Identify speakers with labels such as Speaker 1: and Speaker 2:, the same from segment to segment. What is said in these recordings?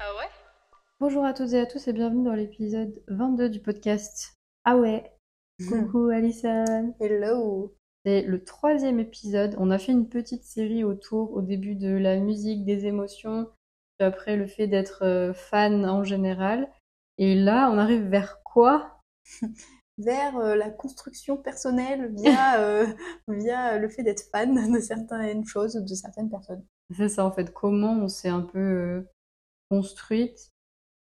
Speaker 1: Ah ouais?
Speaker 2: Bonjour à toutes et à tous et bienvenue dans l'épisode 22 du podcast Ah ouais. Coucou Alison.
Speaker 3: Hello.
Speaker 2: C'est le troisième épisode. On a fait une petite série autour au début de la musique, des émotions, puis après le fait d'être euh, fan en général. Et là, on arrive vers quoi?
Speaker 3: Vers euh, la construction personnelle via, euh, via le fait d'être fan de certaines choses, de certaines personnes.
Speaker 2: C'est ça en fait, comment on s'est un peu euh, construite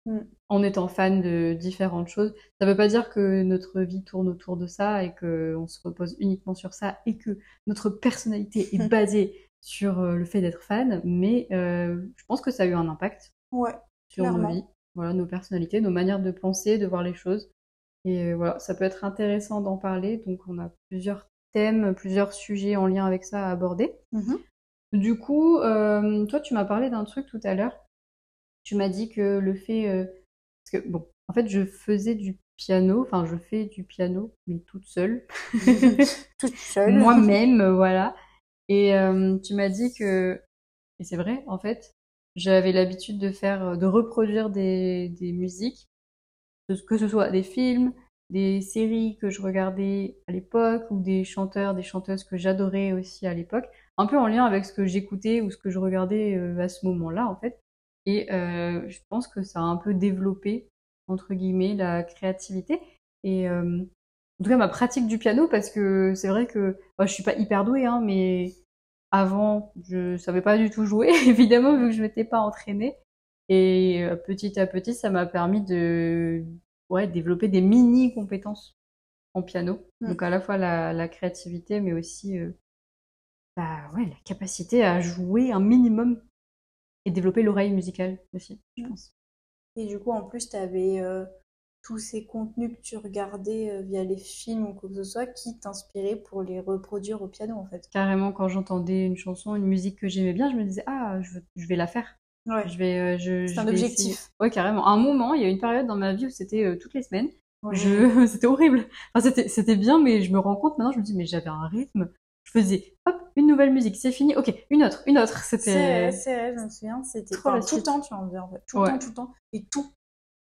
Speaker 3: Mm.
Speaker 2: en étant fan de différentes choses. Ça veut pas dire que notre vie tourne autour de ça et que on se repose uniquement sur ça et que notre personnalité est basée sur euh, le fait d'être fan, mais euh, je pense que ça a eu un impact
Speaker 3: Ouais.
Speaker 2: sur nos
Speaker 3: Clairement.
Speaker 2: vies, voilà, nos personnalités, nos manières de penser, de voir les choses. Et euh, voilà, ça peut être intéressant d'en parler, donc on a plusieurs thèmes, plusieurs sujets en lien avec ça à aborder. Du coup, euh, toi, tu m'as parlé d'un truc tout à l'heure. Tu m'as dit que le fait... euh, Parce que, bon, en fait, je faisais du piano, enfin, je fais du piano, mais toute seule, Mhm.
Speaker 3: Toute seule.
Speaker 2: moi-même, euh, voilà. Et euh, tu m'as dit que... Et c'est vrai, en fait, j'avais l'habitude de faire, euh, de reproduire des, des musiques, que ce- que ce soit des films, des séries que je regardais à l'époque, ou des chanteurs, des chanteuses que j'adorais aussi à l'époque, un peu en lien avec ce que j'écoutais ou ce que je regardais euh, à ce moment-là, en fait. Et euh, je pense que ça a un peu développé, entre guillemets, la créativité. Et euh, en tout cas, ma pratique du piano, parce que c'est vrai que moi, je suis pas hyper douée, hein, mais avant, je savais pas du tout jouer, évidemment, vu que je m'étais pas entraînée. Et euh, petit à petit, ça m'a permis de ouais, développer des mini compétences en piano.
Speaker 3: Mm.
Speaker 2: Donc à la fois la, la créativité, mais aussi euh, bah, ouais, la capacité à jouer un minimum et développer l'oreille musicale aussi, je
Speaker 3: Mm.
Speaker 2: pense.
Speaker 3: Et du coup, en plus, tu avais tous ces contenus que tu regardais euh, via les films ou quoi que ce soit qui t'inspiraient pour les reproduire au piano, en fait.
Speaker 2: Carrément, quand j'entendais une chanson, une musique que j'aimais bien, je me disais, ah, je, veux- je vais la faire.
Speaker 3: Ouais.
Speaker 2: Je vais, euh, je,
Speaker 3: C'est
Speaker 2: je
Speaker 3: un
Speaker 2: vais
Speaker 3: objectif.
Speaker 2: essayer. Ouais, carrément. À un moment, il y a une période dans ma vie où c'était euh, toutes les semaines. Je... C'était horrible. Enfin, c'était, c'était bien, mais je me rends compte maintenant, je me dis, mais j'avais un rythme. Je faisais, hop, une nouvelle musique, c'est fini. Ok, une autre, une autre. C'était.
Speaker 3: C'est c'est vrai, je me souviens, c'était
Speaker 2: Trop
Speaker 3: enfin,
Speaker 2: la
Speaker 3: tout le
Speaker 2: suite.
Speaker 3: temps, tu en faisais, en fait. Tout
Speaker 2: Ouais.
Speaker 3: le temps, tout le temps. Et tout.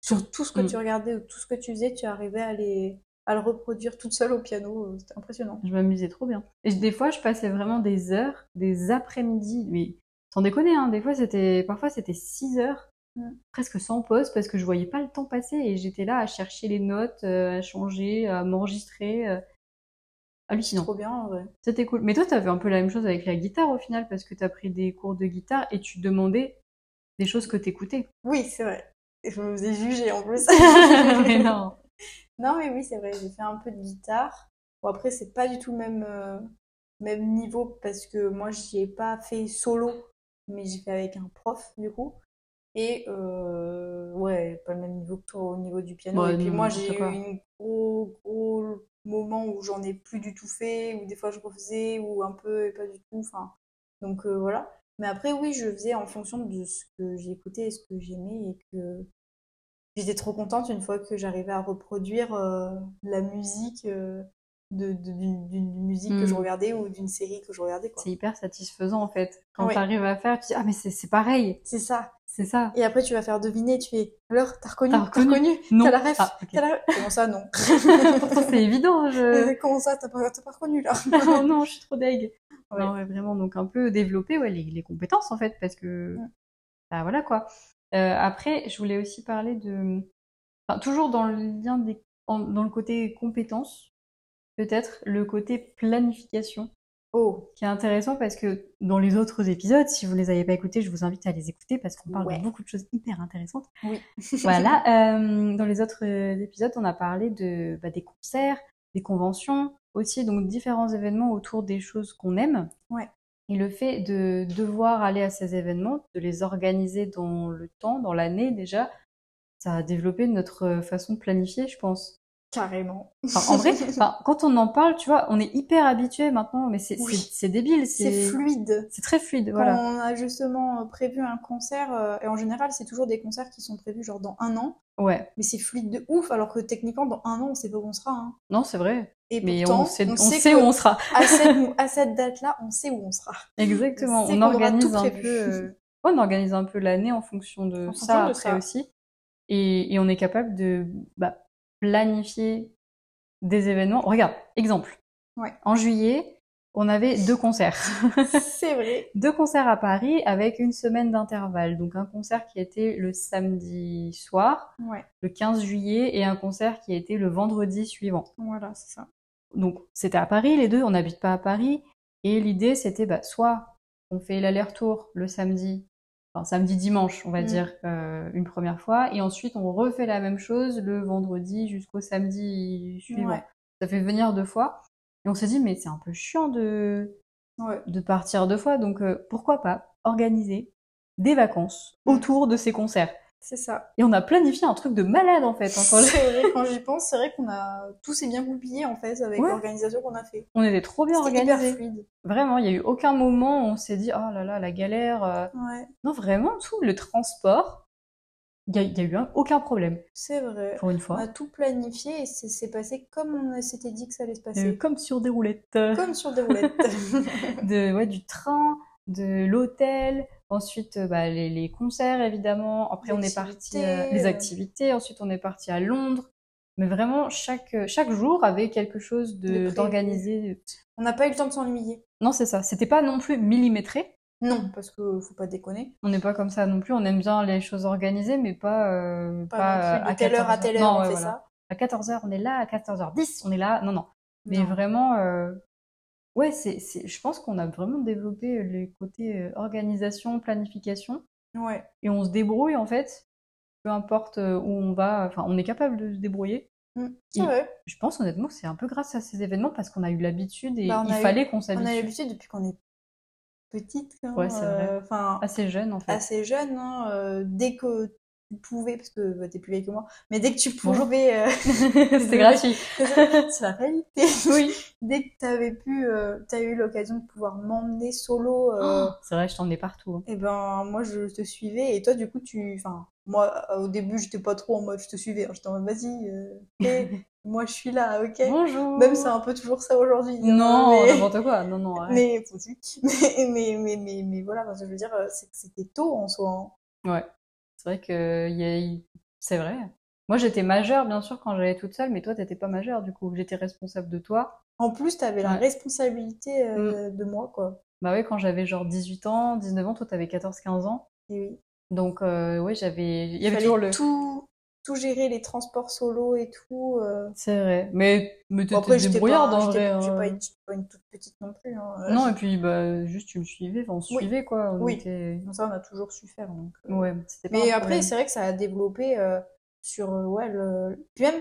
Speaker 3: Sur tout ce que
Speaker 2: Mm.
Speaker 3: tu regardais ou tout ce que tu faisais, tu arrivais à, les... à le reproduire toute seule au piano. euh, C'était impressionnant.
Speaker 2: Je m'amusais trop bien. Et je- des fois, je passais vraiment des heures, des après-midi, mais sans déconner, hein, des fois, c'était, parfois, c'était 6 heures,
Speaker 3: Mm.
Speaker 2: presque sans pause, parce que je voyais pas le temps passer et j'étais là à chercher les notes, euh, à changer, à m'enregistrer. euh. Hallucinant.
Speaker 3: Trop bien, en vrai.
Speaker 2: C'était cool. Mais toi, t'avais un peu la même chose avec la guitare au final, parce que t'as pris des cours de guitare et tu demandais des choses que t'écoutais.
Speaker 3: Oui, c'est vrai. Et je me faisais juger, en plus.
Speaker 2: Mais non.
Speaker 3: Non, mais oui, c'est vrai, j'ai fait un peu de guitare. Bon, après, c'est pas du tout le même, euh, même niveau parce que moi, j'y ai pas fait solo, mais j'ai fait avec un prof, du coup. Et euh, ouais, pas le même niveau que toi au niveau du piano.
Speaker 2: Ouais,
Speaker 3: Et puis
Speaker 2: non,
Speaker 3: moi,
Speaker 2: n'importe
Speaker 3: j'ai eu
Speaker 2: quoi.
Speaker 3: un gros, gros moment où j'en ai plus du tout fait, où des fois je refaisais, ou un peu et pas du tout. Enfin, donc euh, voilà. Mais après, oui, je faisais en fonction de ce que j'écoutais et ce que j'aimais et que. J'étais trop contente une fois que j'arrivais à reproduire euh, la musique euh, de, de- d'une, d'une musique que je
Speaker 2: Mm.
Speaker 3: regardais ou d'une série que je regardais, quoi.
Speaker 2: C'est hyper satisfaisant en fait. Quand
Speaker 3: Ouais.
Speaker 2: t'arrives à faire, tu dis Ah, mais c'est c'est pareil,
Speaker 3: C'est ça.
Speaker 2: c'est ça.
Speaker 3: Et après, tu vas faire deviner, tu fais alors, t'as reconnu,
Speaker 2: T'as
Speaker 3: t'as
Speaker 2: reconnu
Speaker 3: reconnu,
Speaker 2: Non.
Speaker 3: t'as la ref,
Speaker 2: Ah, ok.
Speaker 3: t'as la Comment ça, non?
Speaker 2: Pourtant, c'est évident. Je...
Speaker 3: Comment ça, t'as pas, t'as pas reconnu, là?
Speaker 2: Oh non, je suis trop deg.
Speaker 3: Ouais.
Speaker 2: Non, ouais, vraiment, donc un peu développer ouais, les, les compétences en fait, parce que.
Speaker 3: Ouais.
Speaker 2: Bah, voilà quoi. Euh, après, je voulais aussi parler de. Enfin, toujours dans le lien des. en- dans le côté compétences, peut-être le côté planification,
Speaker 3: Oh,
Speaker 2: qui est intéressant parce que dans les autres épisodes, si vous ne les avez pas écoutés, je vous invite à les écouter parce qu'on parle
Speaker 3: Ouais.
Speaker 2: de beaucoup de choses hyper intéressantes.
Speaker 3: oui.
Speaker 2: Voilà, euh, dans les autres euh, épisodes, on a parlé de, bah, des concerts, des conventions aussi, donc différents événements autour des choses qu'on aime.
Speaker 3: Ouais.
Speaker 2: Et le fait de devoir aller à ces événements, de les organiser dans le temps, dans l'année déjà, ça a développé notre euh, façon de planifier, je pense.
Speaker 3: Carrément.
Speaker 2: Enfin, en vrai, enfin, quand on en parle, tu vois, on est hyper habitué maintenant, mais c'est
Speaker 3: Oui.
Speaker 2: c'est- c'est débile,
Speaker 3: C'est
Speaker 2: c'est
Speaker 3: fluide.
Speaker 2: c'est très fluide,
Speaker 3: Quand
Speaker 2: voilà.
Speaker 3: on a justement euh, prévu un concert, euh, et en général, c'est toujours des concerts qui sont prévus genre dans un an,
Speaker 2: Ouais,
Speaker 3: mais c'est fluide de ouf, alors que techniquement, dans un an, on sait pas où on sera, hein.
Speaker 2: non, c'est vrai.
Speaker 3: Et
Speaker 2: Mais
Speaker 3: pourtant,
Speaker 2: on sait, on
Speaker 3: sait
Speaker 2: sait
Speaker 3: que
Speaker 2: où on sera.
Speaker 3: à cette, à cette date-là, on sait où on sera.
Speaker 2: Exactement,
Speaker 3: On sait
Speaker 2: on
Speaker 3: qu'on aura
Speaker 2: organise
Speaker 3: tout
Speaker 2: un
Speaker 3: prévu.
Speaker 2: peu. euh, ouais, on organise un peu l'année en fonction de
Speaker 3: En fonction
Speaker 2: ça
Speaker 3: de
Speaker 2: après
Speaker 3: ça.
Speaker 2: aussi. Et, et on est capable de bah, planifier des événements. Regarde, exemple.
Speaker 3: Ouais.
Speaker 2: En juillet, on avait deux concerts.
Speaker 3: C'est vrai.
Speaker 2: deux concerts à Paris avec une semaine d'intervalle. Donc un concert qui était le samedi soir,
Speaker 3: Ouais,
Speaker 2: le 15 juillet, et un concert qui était le vendredi suivant.
Speaker 3: voilà, c'est ça.
Speaker 2: Donc c'était à Paris les deux, on n'habite pas à Paris. Et l'idée c'était bah, soit on fait l'aller-retour le samedi, enfin samedi-dimanche on va
Speaker 3: Mm.
Speaker 2: dire euh, une première fois, et ensuite on refait la même chose le vendredi jusqu'au samedi suivant.
Speaker 3: Ouais.
Speaker 2: Ça fait venir deux fois. Et on s'est dit mais c'est un peu chiant de,
Speaker 3: Ouais.
Speaker 2: de partir deux fois, donc euh, pourquoi pas organiser des vacances autour de ces concerts.
Speaker 3: C'est ça.
Speaker 2: Et on a planifié un truc de malade en fait. hein, quand-
Speaker 3: C'est vrai, quand j'y pense, c'est vrai qu'on a tout s'est bien goupillé en fait avec
Speaker 2: Ouais.
Speaker 3: l'organisation qu'on a fait.
Speaker 2: on était trop bien
Speaker 3: C'était hyper
Speaker 2: organisés.
Speaker 3: fluide.
Speaker 2: Vraiment, il n'y a eu aucun moment où on s'est dit oh là là la galère. euh,
Speaker 3: Ouais,
Speaker 2: Non, vraiment, tout le transport, il n'y a, y a eu un- aucun problème,
Speaker 3: c'est vrai.
Speaker 2: pour une
Speaker 3: On
Speaker 2: fois.
Speaker 3: a tout planifié et c'est c'est passé comme on s'était dit que ça allait se
Speaker 2: Euh,
Speaker 3: passer.
Speaker 2: comme sur des roulettes. euh,
Speaker 3: Comme sur des roulettes.
Speaker 2: de, ouais, du train, de l'hôtel, ensuite euh, bah, les, les concerts, évidemment. Après,
Speaker 3: Les
Speaker 2: on est parti.
Speaker 3: activités,
Speaker 2: les
Speaker 3: euh.
Speaker 2: activités, ensuite, on est parti à Londres. Mais vraiment, chaque, chaque jour avait quelque chose
Speaker 3: De
Speaker 2: de-
Speaker 3: prévu.
Speaker 2: d'organisé.
Speaker 3: on n'a pas eu le temps de s'ennuyer.
Speaker 2: non, c'est ça. C'était pas non plus millimétré.
Speaker 3: Non, parce que faut pas déconner.
Speaker 2: On n'est pas comme ça non plus. On aime bien les choses organisées, mais pas, euh,
Speaker 3: Pas
Speaker 2: pas,
Speaker 3: non
Speaker 2: euh,
Speaker 3: plus
Speaker 2: à
Speaker 3: de telle heure à
Speaker 2: 14
Speaker 3: telle
Speaker 2: Non,
Speaker 3: heure on
Speaker 2: ouais,
Speaker 3: fait
Speaker 2: voilà. à
Speaker 3: ça.
Speaker 2: 14h on est là, à 14h10 on est là. Non, non. Mais
Speaker 3: Non.
Speaker 2: vraiment, euh, ouais, c'est, c'est- je pense qu'on a vraiment développé le côté euh, organisation, planification.
Speaker 3: Ouais,
Speaker 2: Et on se débrouille en fait, peu importe euh, où on va, enfin on est capable de se débrouiller.
Speaker 3: Mm. c'est
Speaker 2: Et-
Speaker 3: vrai.
Speaker 2: Je pense honnêtement que c'est un peu grâce à ces événements parce qu'on a eu l'habitude et
Speaker 3: Bah, on
Speaker 2: il
Speaker 3: a eu-
Speaker 2: fallait qu'on
Speaker 3: On a
Speaker 2: s'habitue.
Speaker 3: l'habitude depuis qu'on est petite. hein,
Speaker 2: Ouais, c'est vrai. Ah,
Speaker 3: euh, Enfin,
Speaker 2: Assez jeune en fait.
Speaker 3: assez jeune, hein, euh, dès que tu pouvais, parce que bah, t'es plus vieille que moi, mais dès que tu
Speaker 2: Bonjour.
Speaker 3: pouvais, euh,
Speaker 2: c'est gratuit.
Speaker 3: c'est la réalité.
Speaker 2: Oui.
Speaker 3: Dès que t'avais pu, euh, t'as eu l'occasion de pouvoir m'emmener solo. euh,
Speaker 2: Oh, c'est vrai, je t'en ai partout. hein.
Speaker 3: Et ben moi je te suivais et toi du coup tu enfin moi euh, au début j'étais pas trop en mode je te suivais hein. j'étais en mode vas-y euh, fais, moi je suis là ok
Speaker 2: Bonjour.
Speaker 3: même c'est un peu toujours ça aujourd'hui hein,
Speaker 2: Non,
Speaker 3: mais...
Speaker 2: n'importe quoi. Non, non. arrête.
Speaker 3: mais faut suivre. mais mais mais mais mais voilà parce que je veux dire euh, c'est que c'était tôt en soi hein.
Speaker 2: Ouais, c'est vrai que il y a... il- c'est vrai. Moi, j'étais majeure, bien sûr, quand j'allais toute seule, mais toi, t'étais pas majeure, du coup, j'étais responsable de toi.
Speaker 3: en plus t'avais la
Speaker 2: Ouais.
Speaker 3: responsabilité euh, de moi quoi
Speaker 2: Bah ouais, quand j'avais genre 18 ans, 19 ans, toi, t'avais 14-15 ans.
Speaker 3: et oui
Speaker 2: Donc, euh, ouais, j'avais. Il y avait
Speaker 3: fallait
Speaker 2: toujours le.
Speaker 3: tout tout gérer les transports solo et tout euh.
Speaker 2: C'est vrai. Mais, mais
Speaker 3: Bon, après
Speaker 2: t'étais
Speaker 3: j'étais
Speaker 2: débrouillarde
Speaker 3: pas
Speaker 2: en
Speaker 3: j'étais-
Speaker 2: vrai.
Speaker 3: j'ai
Speaker 2: hein.
Speaker 3: pas été- j'étais pas une toute petite non plus hein. Euh,
Speaker 2: Non, et puis, bah, juste, tu me suivais, enfin, on se
Speaker 3: Oui.
Speaker 2: suivait, quoi. On
Speaker 3: Oui.
Speaker 2: était.
Speaker 3: ça on a toujours su faire donc euh,
Speaker 2: Ouais, c'était pas un
Speaker 3: Mais
Speaker 2: problème.
Speaker 3: après, c'est vrai que ça a développé euh, sur euh, ouais, le... Puis même,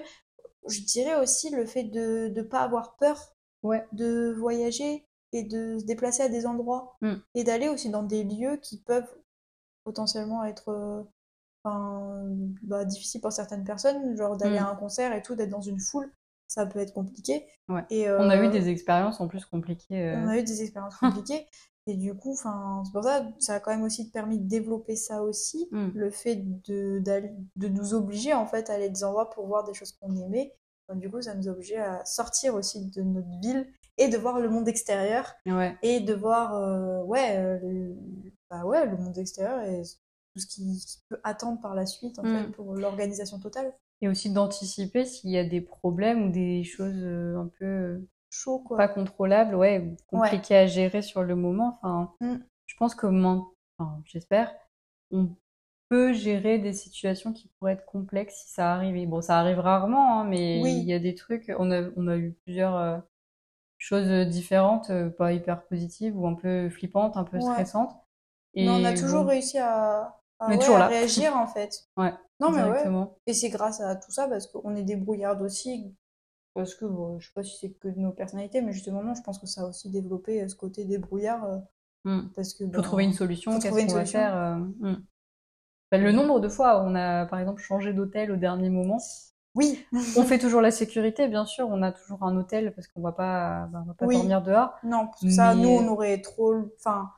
Speaker 3: je dirais aussi le fait de ne pas avoir peur
Speaker 2: Ouais.
Speaker 3: de voyager et de se déplacer à des endroits
Speaker 2: Mm.
Speaker 3: et d'aller aussi dans des lieux qui peuvent potentiellement être euh, enfin, bah, difficiles pour certaines personnes, genre d'aller
Speaker 2: Mm.
Speaker 3: à un concert et tout, d'être dans une foule, ça peut être compliqué.
Speaker 2: Ouais.
Speaker 3: Et,
Speaker 2: On a eu
Speaker 3: euh,
Speaker 2: des expériences en plus compliquées. euh,
Speaker 3: on a eu des expériences compliquées. Et du coup, 'fin, c'est pour ça ça a quand même aussi permis de développer ça aussi,
Speaker 2: Mm.
Speaker 3: le fait de, d'aller- de nous obliger en fait à aller des endroits pour voir des choses qu'on aimait. Donc, du coup, ça nous obligeait à sortir aussi de notre ville et de voir le monde extérieur
Speaker 2: Ouais.
Speaker 3: et de voir euh, ouais, euh, le, bah ouais, le monde extérieur et tout ce qui, qui peut attendre par la suite en
Speaker 2: Mm.
Speaker 3: fait, pour l'organisation totale.
Speaker 2: Et aussi d'anticiper s'il y a des problèmes ou des choses euh, un peu. euh,
Speaker 3: Chaud quoi.
Speaker 2: pas contrôlable, ouais, compliqué à gérer sur le moment. Enfin,
Speaker 3: Mm.
Speaker 2: je pense que, men- enfin, j'espère, on peut gérer des situations qui pourraient être complexes si ça arrive. Et Bon, ça arrive rarement, hein, mais
Speaker 3: Oui.
Speaker 2: il y a des trucs. On a, on a eu plusieurs euh, choses différentes, euh, pas hyper positives ou un peu flippantes, un peu
Speaker 3: Ouais.
Speaker 2: stressantes.
Speaker 3: Mais on a
Speaker 2: Et
Speaker 3: toujours
Speaker 2: bon,
Speaker 3: réussi à, à,
Speaker 2: On est
Speaker 3: ouais,
Speaker 2: toujours
Speaker 3: à
Speaker 2: là.
Speaker 3: réagir en fait.
Speaker 2: Ouais,
Speaker 3: Non mais ouais.
Speaker 2: directement.
Speaker 3: Et c'est grâce à tout ça, parce qu'on est débrouillarde aussi, parce que bon, je sais pas si c'est que de nos personnalités, mais justement, non, je pense que ça a aussi développé euh, ce côté débrouillard, euh,
Speaker 2: Mm.
Speaker 3: parce que... ben,
Speaker 2: Faut trouver une solution,
Speaker 3: faut
Speaker 2: qu'est-ce
Speaker 3: trouver une
Speaker 2: qu'on va
Speaker 3: solution.
Speaker 2: faire euh, mm. Ben, le nombre de fois où on a, par exemple, changé d'hôtel au dernier moment,
Speaker 3: Oui,
Speaker 2: On fait toujours la sécurité, bien sûr. On a toujours un hôtel parce qu'on va pas, bah, on va pas
Speaker 3: Oui.
Speaker 2: dormir dehors.
Speaker 3: non, parce que ça,
Speaker 2: Mais-
Speaker 3: nous, on aurait trop... Enfin,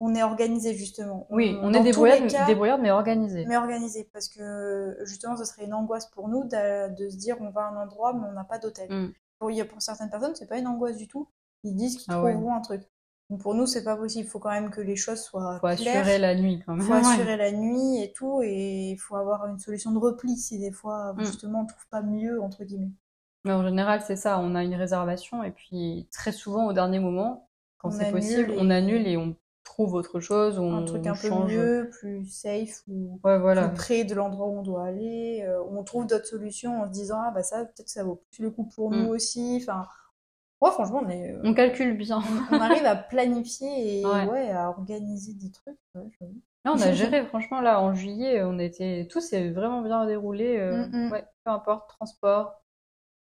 Speaker 3: on est organisé, justement.
Speaker 2: Oui, on
Speaker 3: dans
Speaker 2: est
Speaker 3: tous
Speaker 2: débrouillard,
Speaker 3: les cas,
Speaker 2: mais organisé.
Speaker 3: mais organisé, parce que justement, ce serait une angoisse pour nous d'a- de, se dire, on va à un endroit, mais on n'a pas d'hôtel.
Speaker 2: Mm.
Speaker 3: Pour, il y a- pour certaines personnes, c'est pas une angoisse du tout. Ils disent qu'ils
Speaker 2: Ah ouais.
Speaker 3: trouveront un truc. Donc, pour nous, c'est pas possible. Il faut quand même que les choses soient
Speaker 2: Faut
Speaker 3: claires.
Speaker 2: assurer la nuit quand même.
Speaker 3: faut
Speaker 2: Ouais.
Speaker 3: assurer la nuit et tout, et il faut avoir une solution de repli si des fois,
Speaker 2: Mm.
Speaker 3: justement, on trouve pas mieux, entre guillemets.
Speaker 2: Mais en général, c'est ça, on a une réservation et puis très souvent au dernier moment, quand
Speaker 3: On
Speaker 2: c'est
Speaker 3: annule
Speaker 2: possible,
Speaker 3: et-
Speaker 2: on annule et on trouve autre chose, on
Speaker 3: Un truc un peu
Speaker 2: change.
Speaker 3: mieux, plus safe, ou
Speaker 2: Ouais, voilà.
Speaker 3: plus près de l'endroit où on doit aller, euh, on trouve d'autres solutions en se disant, ah bah ça, peut-être ça vaut plus le coup pour
Speaker 2: Mm.
Speaker 3: nous aussi. Enfin, ouais, franchement, on, est, euh,
Speaker 2: On calcule bien.
Speaker 3: on arrive à planifier et
Speaker 2: Ouais.
Speaker 3: ouais, à organiser des trucs. ouais, j'avoue.
Speaker 2: Là, on a géré, franchement, là, en juillet, on était. Tout s'est vraiment bien déroulé. euh,
Speaker 3: Mm, mm.
Speaker 2: ouais, peu importe, transport,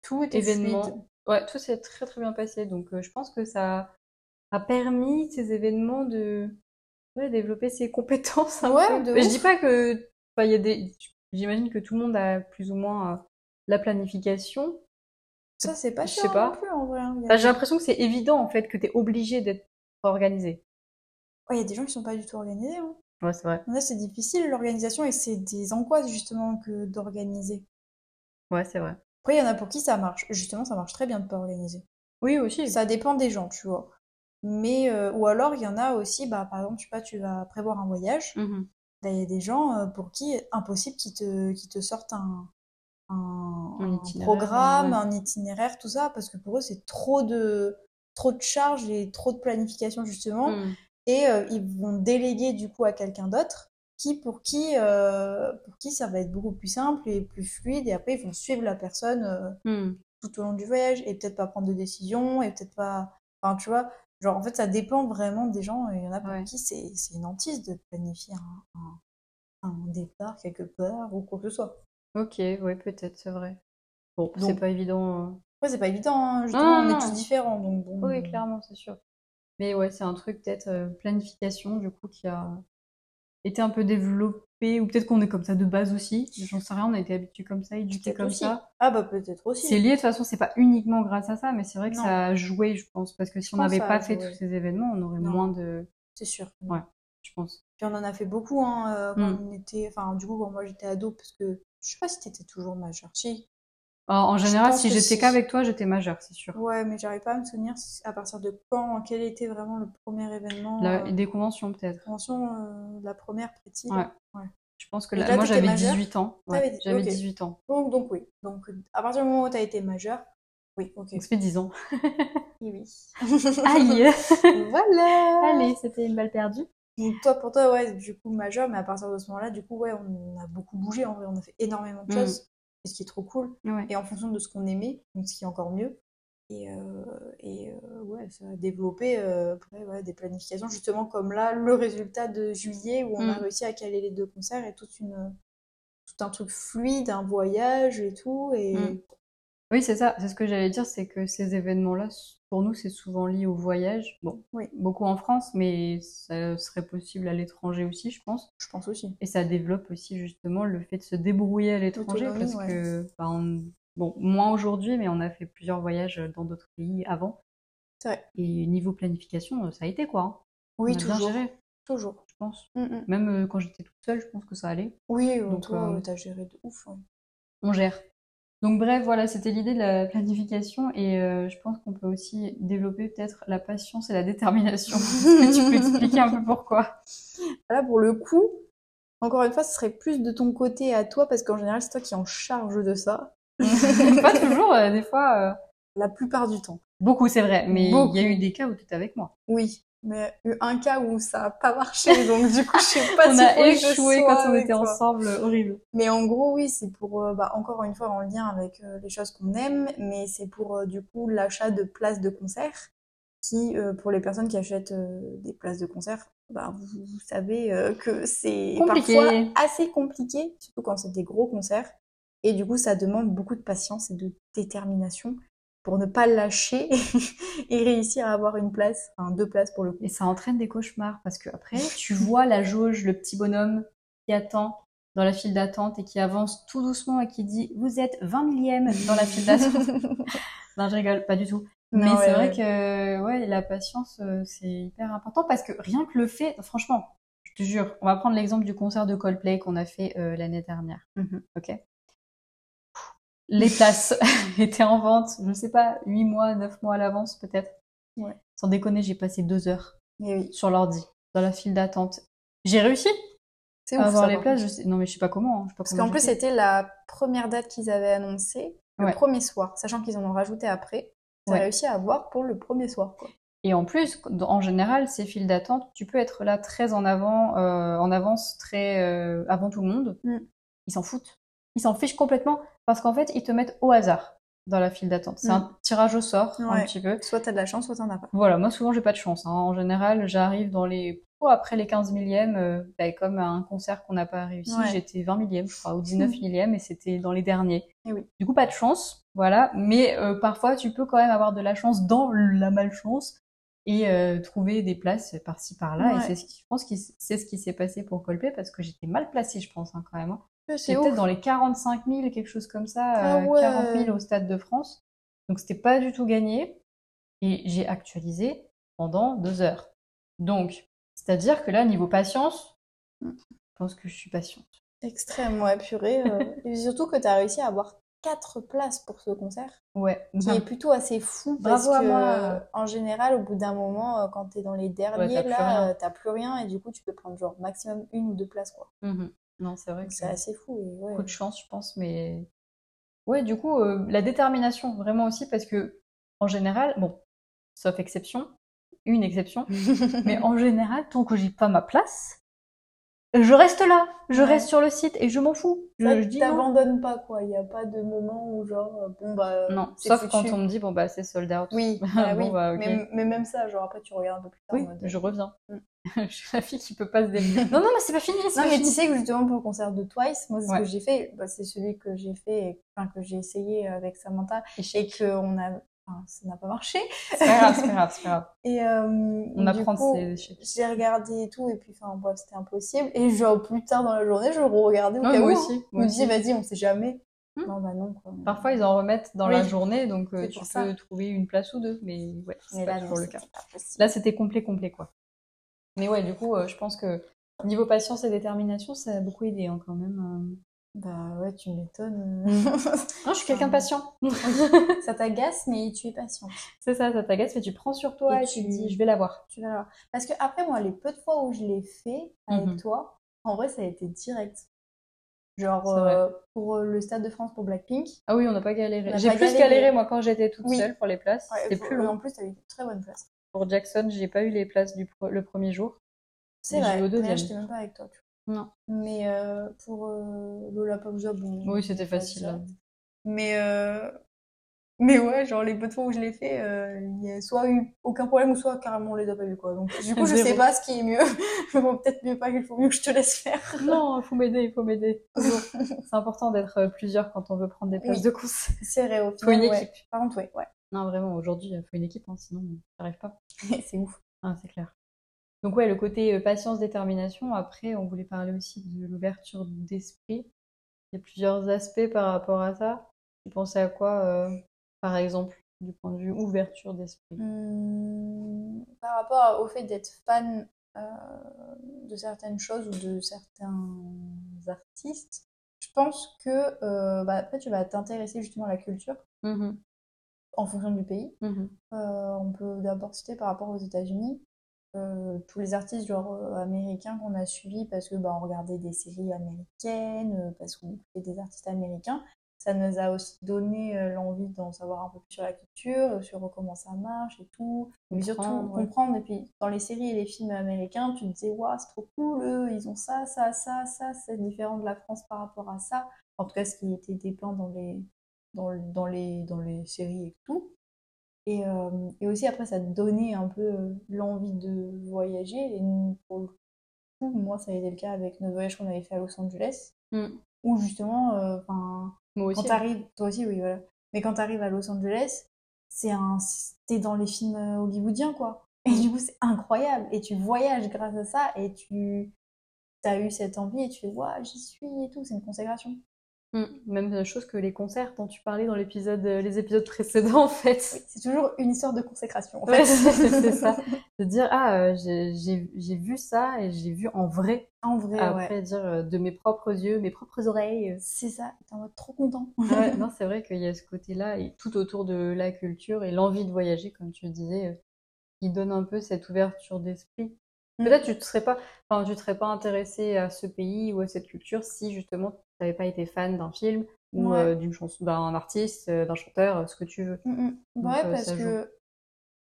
Speaker 3: Tout était
Speaker 2: événement.
Speaker 3: fluide.
Speaker 2: Ouais, tout s'est très très bien passé. Donc, euh, je pense que ça a permis ces événements de ouais, développer ses compétences un
Speaker 3: Ouais,
Speaker 2: peu.
Speaker 3: hein, de
Speaker 2: Mais je
Speaker 3: ouf.
Speaker 2: dis pas que. enfin, il y a des. J'imagine que tout le monde a plus ou moins euh, la planification.
Speaker 3: Ça, c'est pas
Speaker 2: Je sais
Speaker 3: cher
Speaker 2: pas.
Speaker 3: non plus en vrai. hein. Il y a
Speaker 2: Enfin,
Speaker 3: des-
Speaker 2: j'ai l'impression que c'est évident en fait que t'es obligé d'être organisé.
Speaker 3: ouais, il y a des gens qui sont pas du tout organisés. hein.
Speaker 2: Ouais, c'est vrai.
Speaker 3: Là, c'est difficile l'organisation et c'est des angoisses justement que d'organiser.
Speaker 2: Ouais, c'est vrai.
Speaker 3: Après, il y en a pour qui ça marche. Justement, ça marche très bien de pas organiser.
Speaker 2: Oui, aussi.
Speaker 3: Ça dépend des gens, tu vois. Mais euh, ou alors il y en a aussi, bah par exemple, je sais pas, tu vas prévoir un voyage.
Speaker 2: Mhm.
Speaker 3: bah, Il y a des gens euh, pour qui impossible qu'ils te, qu'ils te sortent un, un,
Speaker 2: Un
Speaker 3: un
Speaker 2: itinéraire,
Speaker 3: programme,
Speaker 2: ouais.
Speaker 3: un itinéraire, tout ça, parce que pour eux c'est trop de trop de charges et trop de planification justement.
Speaker 2: Mm.
Speaker 3: et euh, ils vont déléguer du coup à quelqu'un d'autre qui pour qui euh, pour qui ça va être beaucoup plus simple et plus fluide et après ils vont suivre la personne euh,
Speaker 2: Mm.
Speaker 3: tout au long du voyage et peut-être pas prendre de décision et peut-être pas enfin tu vois genre en fait ça dépend vraiment des gens et il y en a pour
Speaker 2: Ouais.
Speaker 3: qui c'est c'est une hantise de planifier un, un- un départ quelque part ou quoi que ce soit
Speaker 2: Ok, ouais, peut-être, c'est vrai. Bon, c'est
Speaker 3: Donc-
Speaker 2: pas évident. euh.
Speaker 3: ouais c'est pas évident hein, justement
Speaker 2: Non,
Speaker 3: on
Speaker 2: non.
Speaker 3: est tous différents donc bon
Speaker 2: Oui, clairement, c'est sûr. Mais ouais, c'est un truc peut-être euh, planification du coup qui a été un peu développé ou peut-être qu'on est comme ça de base aussi. J'en sais rien, on a été habitué comme ça, éduqué
Speaker 3: peut-être
Speaker 2: comme
Speaker 3: aussi.
Speaker 2: ça.
Speaker 3: ah bah peut-être aussi
Speaker 2: C'est lié de toute façon, c'est pas uniquement grâce à ça, mais c'est vrai que
Speaker 3: Non.
Speaker 2: ça a joué, je pense, parce que si on
Speaker 3: pense
Speaker 2: n'avait
Speaker 3: que ça a
Speaker 2: pas fait
Speaker 3: joué.
Speaker 2: tous ces événements, on aurait
Speaker 3: Non.
Speaker 2: moins de,
Speaker 3: c'est sûr
Speaker 2: je pense.
Speaker 3: Puis on en a fait beaucoup hein, euh, quand
Speaker 2: Mm.
Speaker 3: on était, enfin du coup quand moi j'étais ado, parce que je sais pas si t'étais toujours majeure. Si.
Speaker 2: En, en
Speaker 3: Je
Speaker 2: général,
Speaker 3: pense
Speaker 2: si
Speaker 3: que
Speaker 2: j'étais
Speaker 3: si.
Speaker 2: qu'avec toi, j'étais majeure, c'est sûr.
Speaker 3: Ouais, mais j'arrive pas à me souvenir si- à partir de quand, quel était vraiment le premier événement.
Speaker 2: La-
Speaker 3: euh,
Speaker 2: des conventions peut-être.
Speaker 3: convention, euh, la première petite.
Speaker 2: Ouais. Je pense que
Speaker 3: Et
Speaker 2: là,
Speaker 3: là,
Speaker 2: moi
Speaker 3: t'étais
Speaker 2: j'avais
Speaker 3: majeure
Speaker 2: 18 ans. Ouais,
Speaker 3: T'avais dit-
Speaker 2: j'avais
Speaker 3: ok.
Speaker 2: 18 ans.
Speaker 3: Donc, donc oui. Donc à partir du moment où t'as été majeure, oui, ok.
Speaker 2: Donc ça fait 10 ans.
Speaker 3: Oui, oui.
Speaker 2: Aïe!
Speaker 3: voilà.
Speaker 2: Allez, c'était une balle perdue.
Speaker 3: Donc toi pour toi ouais du coup majeure, mais à partir de ce moment-là du coup ouais on a beaucoup bougé en vrai, on a fait énormément de
Speaker 2: Mm.
Speaker 3: choses, et ce qui est trop cool.
Speaker 2: Ouais.
Speaker 3: et en fonction de ce qu'on aimait, donc ce qui est encore mieux. Et, euh, et euh, ouais, ça a développé euh, après, ouais, des planifications, justement comme là, le résultat de juillet où on a
Speaker 2: Mm.
Speaker 3: réussi à caler les deux concerts et toute une, tout un truc fluide, un voyage et tout. Et
Speaker 2: Mm. Oui, c'est ça. C'est ce que j'allais dire, c'est que ces événements-là, s- pour nous, c'est souvent lié au voyage. Bon,
Speaker 3: Oui.
Speaker 2: beaucoup en France, mais ça serait possible à l'étranger aussi, je pense.
Speaker 3: je pense aussi.
Speaker 2: Et ça développe aussi justement le fait de se débrouiller à l'étranger,
Speaker 3: L'autonomie,
Speaker 2: parce que, bah, on- bon, moins aujourd'hui, mais on a fait plusieurs voyages dans d'autres pays avant.
Speaker 3: C'est vrai.
Speaker 2: Et niveau planification, euh, ça a été quoi. hein.
Speaker 3: Oui,
Speaker 2: on a
Speaker 3: toujours.
Speaker 2: bien géré,
Speaker 3: Toujours.
Speaker 2: je pense.
Speaker 3: Mm, mm.
Speaker 2: Même euh, quand j'étais toute seule, je pense que ça allait.
Speaker 3: Oui, euh,
Speaker 2: Donc,
Speaker 3: toi,
Speaker 2: euh,
Speaker 3: euh, t'as géré de ouf. hein.
Speaker 2: on gère. Donc bref, voilà, c'était l'idée de la planification et euh, je pense qu'on peut aussi développer peut-être la patience et la détermination. Est-ce que tu peux expliquer un peu pourquoi?
Speaker 3: Là, pour le coup, encore une fois, ce serait plus de ton côté à toi, parce qu'en général, c'est toi qui en charge de ça,
Speaker 2: Pas toujours, euh, des fois, euh,
Speaker 3: la plupart du temps.
Speaker 2: beaucoup c'est vrai, mais il
Speaker 3: Beaucoup.
Speaker 2: y a eu des cas où tu étais avec moi.
Speaker 3: Oui, mais il y a eu un cas où ça a pas marché, donc du coup, je sais pas
Speaker 2: On
Speaker 3: si
Speaker 2: a
Speaker 3: faut que je
Speaker 2: échoué
Speaker 3: sois
Speaker 2: quand on
Speaker 3: avec
Speaker 2: était
Speaker 3: toi.
Speaker 2: ensemble, euh, horrible.
Speaker 3: Mais en gros, oui, c'est pour, euh, bah, encore une fois, en lien avec euh, les choses qu'on aime, mais c'est pour, euh, du coup, l'achat de places de concert, qui, euh, pour les personnes qui achètent euh, des places de concert, bah, vous, vous savez euh, que c'est
Speaker 2: Compliqué.
Speaker 3: parfois assez compliqué, surtout quand c'est des gros concerts. Et du coup, ça demande beaucoup de patience et de détermination pour ne pas lâcher et réussir à avoir une place, enfin deux places pour le coup.
Speaker 2: Et ça entraîne des cauchemars parce que après, tu vois la jauge, le petit bonhomme qui attend dans la file d'attente et qui avance tout doucement et qui dit Vous êtes 20 millième dans la file d'attente. Non, je rigole, pas du tout. Mais
Speaker 3: Non,
Speaker 2: c'est
Speaker 3: ouais,
Speaker 2: vrai
Speaker 3: ouais.
Speaker 2: que ouais, la patience, euh, c'est hyper important parce que rien que le fait, franchement, je te jure, on va prendre l'exemple du concert de Coldplay qu'on a fait euh, l'année dernière.
Speaker 3: Mhm.
Speaker 2: Ok. Les places étaient en vente, je sais pas, 8 mois, 9 mois à l'avance peut-être.
Speaker 3: Ouais.
Speaker 2: Sans déconner, j'ai passé deux heures
Speaker 3: Mais oui,
Speaker 2: sur l'ordi, dans la file d'attente. J'ai réussi
Speaker 3: c'est ouf.
Speaker 2: à avoir
Speaker 3: ça,
Speaker 2: les
Speaker 3: par
Speaker 2: places.
Speaker 3: contre.
Speaker 2: Je sais... Non, mais je sais pas comment. hein, je sais pas
Speaker 3: Parce
Speaker 2: comment
Speaker 3: qu'en
Speaker 2: j'ai
Speaker 3: plus,
Speaker 2: fait.
Speaker 3: c'était la première date qu'ils avaient annoncée, le
Speaker 2: Ouais.
Speaker 3: premier soir, sachant qu'ils en ont rajouté après. T'as
Speaker 2: Ouais.
Speaker 3: réussi à avoir pour le premier soir, quoi.
Speaker 2: Et en plus, dans- en général, ces files d'attente, tu peux être là très en avant, euh, en avance, très euh, avant tout le monde.
Speaker 3: Mm.
Speaker 2: Ils s'en foutent. Ils s'en fichent complètement parce qu'en fait, ils te mettent au hasard dans la file d'attente. C'est
Speaker 3: Mm.
Speaker 2: un tirage au sort, un
Speaker 3: Ouais.
Speaker 2: petit peu.
Speaker 3: Soit t'as de la chance, soit t'en as pas.
Speaker 2: Voilà, moi souvent j'ai pas de chance. hein. En général, j'arrive dans les oh, après les 15 millièmes, euh, ben, comme à un concert qu'on n'a pas réussi,
Speaker 3: Ouais.
Speaker 2: j'étais 20 millième, je crois, ou 19 millième, et c'était dans les derniers.
Speaker 3: Eh oui.
Speaker 2: Du coup, pas de chance, voilà. Mais euh, parfois, tu peux quand même avoir de la chance dans la malchance et euh, trouver des places par-ci par-là. Et
Speaker 3: Ouais.
Speaker 2: c'est ce qui, je pense, que c'est ce qui s'est passé pour Colpé parce que j'étais mal placée, je pense, hein, quand même. hein.
Speaker 3: C'est
Speaker 2: J'étais
Speaker 3: ouf.
Speaker 2: peut-être dans les 45 000, quelque chose comme ça,
Speaker 3: Ah
Speaker 2: euh,
Speaker 3: ouais.
Speaker 2: 40 000 au Stade de France. Donc c'était pas du tout gagné. Et j'ai actualisé pendant deux heures. Donc, c'est-à-dire que là, niveau patience,
Speaker 3: Mm.
Speaker 2: je pense que je suis patiente.
Speaker 3: Extrêmement apuré. euh. Et surtout que t'as réussi à avoir quatre places pour ce concert.
Speaker 2: Ouais.
Speaker 3: qui est plutôt assez fou parce
Speaker 2: Bravo à
Speaker 3: que
Speaker 2: moi.
Speaker 3: euh, en général au bout d'un moment euh, quand t'es dans les derniers
Speaker 2: t'as plus rien.
Speaker 3: là euh, t'as plus rien et du coup tu peux prendre genre maximum une ou deux places quoi
Speaker 2: Mhm. Non, c'est vrai
Speaker 3: donc
Speaker 2: que
Speaker 3: c'est assez fou et ouais.
Speaker 2: beaucoup de chance, je pense, mais ouais, du coup, euh, la détermination, vraiment aussi, parce que en général, bon, sauf exception, une exception, mais en général, tant que j'ai pas ma place, je reste là, je
Speaker 3: Ouais.
Speaker 2: reste sur le site et je m'en fous. Je,
Speaker 3: Ça,
Speaker 2: je dis non.
Speaker 3: t'abandonnes pas quoi il n'y a pas de moment où genre euh, bon bah euh,
Speaker 2: Non,
Speaker 3: c'est
Speaker 2: sauf
Speaker 3: foutu.
Speaker 2: quand on me dit bon bah c'est sold out.
Speaker 3: oui,
Speaker 2: Bon,
Speaker 3: bah oui.
Speaker 2: bah, ok.
Speaker 3: mais, mais même ça genre après tu regardes un peu plus tard
Speaker 2: Oui,
Speaker 3: en mode,
Speaker 2: je reviens.
Speaker 3: Mm.
Speaker 2: je suis la fille qui peut pas se démerder. non, non, mais c'est pas fini. c'est
Speaker 3: Non,
Speaker 2: pas
Speaker 3: mais tu
Speaker 2: fini.
Speaker 3: sais que justement pour le concert de Twice, moi c'est ce
Speaker 2: Ouais.
Speaker 3: que j'ai fait, Bah, c'est celui que j'ai fait, et- enfin que j'ai essayé euh, avec Samantha et
Speaker 2: Échec.
Speaker 3: que on a, enfin, ça n'a pas marché.
Speaker 2: C'est pas grave, c'est pas grave, c'est pas grave.
Speaker 3: Et euh,
Speaker 2: On
Speaker 3: du
Speaker 2: apprend de
Speaker 3: coup,
Speaker 2: ces échecs.
Speaker 3: j'ai regardé et tout, et puis enfin bref, c'était impossible. Et genre plus tard dans la journée, je re-regardais au
Speaker 2: Ouais,
Speaker 3: cas
Speaker 2: moi
Speaker 3: où.
Speaker 2: aussi,
Speaker 3: Je
Speaker 2: moi
Speaker 3: me
Speaker 2: aussi.
Speaker 3: dis, vas-y, on sait jamais.
Speaker 2: Hmm.
Speaker 3: Non, bah non, quoi.
Speaker 2: Parfois, ils en remettent dans
Speaker 3: Oui.
Speaker 2: la journée, donc euh,
Speaker 3: C'est
Speaker 2: tu peux
Speaker 3: pour ça.
Speaker 2: trouver une place ou deux, mais ouais,
Speaker 3: mais
Speaker 2: c'est pas
Speaker 3: là, non,
Speaker 2: toujours le
Speaker 3: c'était
Speaker 2: cas.
Speaker 3: pas possible.
Speaker 2: Là, c'était complet, complet, quoi. Mais ouais, du coup, euh, je pense que niveau patience et détermination, ça a beaucoup aidé hein, quand même.
Speaker 3: Bah ouais, tu m'étonnes.
Speaker 2: euh. Non, je suis quelqu'un de
Speaker 3: Ah.
Speaker 2: patient.
Speaker 3: ça t'agace, mais tu es patiente.
Speaker 2: c'est ça, ça t'agace, mais tu prends sur toi
Speaker 3: Et
Speaker 2: et tu
Speaker 3: tu-
Speaker 2: dis, je vais l'avoir.
Speaker 3: Tu vas voir. Parce que après, moi, les peu de fois où je l'ai fait avec
Speaker 2: Mhm.
Speaker 3: toi, en vrai, ça a été direct. Genre,
Speaker 2: C'est vrai.
Speaker 3: euh, pour euh, le Stade de France pour Blackpink,
Speaker 2: Ah oui, on n'a pas
Speaker 3: On
Speaker 2: galéré.
Speaker 3: n'a
Speaker 2: J'ai
Speaker 3: pas
Speaker 2: plus
Speaker 3: galéré.
Speaker 2: galéré, moi, quand j'étais toute
Speaker 3: Oui.
Speaker 2: seule pour les places.
Speaker 3: ouais,
Speaker 2: C'était
Speaker 3: pour-
Speaker 2: plus long.
Speaker 3: en plus, t'as eu une très bonne place.
Speaker 2: Pour Jackson, j'ai pas eu les places du pre- le premier jour.
Speaker 3: C'est
Speaker 2: Mais j'ai
Speaker 3: vrai,
Speaker 2: eu au
Speaker 3: d'ailleurs,
Speaker 2: deuxième.
Speaker 3: j'étais même pas avec toi, tu vois.
Speaker 2: Non.
Speaker 3: Mais euh, pour euh, Lollapalooza, bon...
Speaker 2: Oui, c'était
Speaker 3: pas
Speaker 2: facile.
Speaker 3: direct.
Speaker 2: hein.
Speaker 3: Mais, euh, mais ouais, genre les peu de fois où je l'ai fait, euh, il y a soit eu aucun problème, ou soit carrément on les a pas eu, quoi. Donc, du coup, je
Speaker 2: Zéro.
Speaker 3: sais pas ce qui est mieux. Bon, peut-être mieux pas, il faut mieux que je te laisse faire.
Speaker 2: Non, faut m'aider, il faut m'aider. Toujours. C'est important d'être euh, plusieurs quand on veut prendre des places
Speaker 3: Oui.
Speaker 2: de concert.
Speaker 3: C'est vrai, au
Speaker 2: Faut une
Speaker 3: final, ouais.
Speaker 2: équipe.
Speaker 3: Par contre, ouais, ouais.
Speaker 2: Non, vraiment, aujourd'hui, il faut une équipe, hein, sinon, ça arrive pas.
Speaker 3: c'est ouf.
Speaker 2: Ah, c'est clair. Donc, ouais, le côté euh, patience, détermination. Après, on voulait parler aussi de l'ouverture d'esprit. Il y a plusieurs aspects par rapport à ça. Tu pensais à quoi, euh, par exemple, du point de vue ouverture d'esprit
Speaker 3: Hum, par rapport au fait d'être fan euh, de certaines choses ou de certains artistes, je pense que euh, bah, après, tu vas t'intéresser justement à la culture Mmh,
Speaker 2: Mhm,
Speaker 3: en fonction du pays.
Speaker 2: mhm.
Speaker 3: Euh, on peut d'abord citer par rapport aux États-Unis euh, tous les artistes genre euh, américains qu'on a suivis parce que bah, on regardait des séries américaines, euh, parce qu'on écoutait des artistes américains. Ça nous a aussi donné euh, l'envie d'en savoir un peu plus sur la culture, euh, sur comment ça marche et tout. Mais surtout
Speaker 2: Comprendre, ouais.
Speaker 3: comprendre. Et puis dans les séries et les films américains, tu te disais, waouh, c'est trop cool, eux, ils ont ça, ça, ça, ça, c'est différent de la France par rapport à ça. En tout cas, ce qui était dépeint dans les, dans, le- dans les, dans les séries et tout. Et, euh, et aussi, après, ça donnait un peu euh, l'envie de voyager. Et nous, pour le coup, moi, ça a été le cas avec notre voyage qu'on avait fait à Los Angeles,
Speaker 2: Mm.
Speaker 3: où justement, euh, 'fin,
Speaker 2: Moi aussi.
Speaker 3: quand t'arrives, toi aussi, oui, voilà. Mais quand t'arrives à Los Angeles, c'est un, t'es dans les films euh, hollywoodiens, quoi. Et du coup, c'est incroyable. Et tu voyages grâce à ça, et tu as eu cette envie, et tu fais, waouh, j'y suis, et tout, c'est une consécration.
Speaker 2: Mm. Même chose que les concerts dont tu parlais dans l'épisode, euh, les épisodes précédents, en fait.
Speaker 3: Oui, c'est toujours une histoire de consécration, en
Speaker 2: Ouais,
Speaker 3: fait.
Speaker 2: c'est c'est ça. De dire, ah, euh, j'ai- j'ai j'ai vu ça et j'ai vu en vrai.
Speaker 3: En vrai, ouais.
Speaker 2: Après, dire euh, de mes propres yeux, mes propres oreilles.
Speaker 3: C'est ça, t'es en mode trop content.
Speaker 2: Ouais, non, c'est vrai qu'il y a ce côté-là, et tout autour de la culture et l'envie de voyager, comme tu disais. euh, qui donne un peu cette ouverture d'esprit. Peut-être tu ne serais pas, enfin, tu te serais pas intéressé à ce pays ou à cette culture si justement tu n'avais pas été fan d'un film ou
Speaker 3: Ouais.
Speaker 2: euh, d'une chanson, d'un artiste, euh, d'un chanteur, euh, ce que tu veux.
Speaker 3: Mm, mm.
Speaker 2: Donc,
Speaker 3: Ouais,
Speaker 2: euh,
Speaker 3: parce
Speaker 2: ça joue.
Speaker 3: que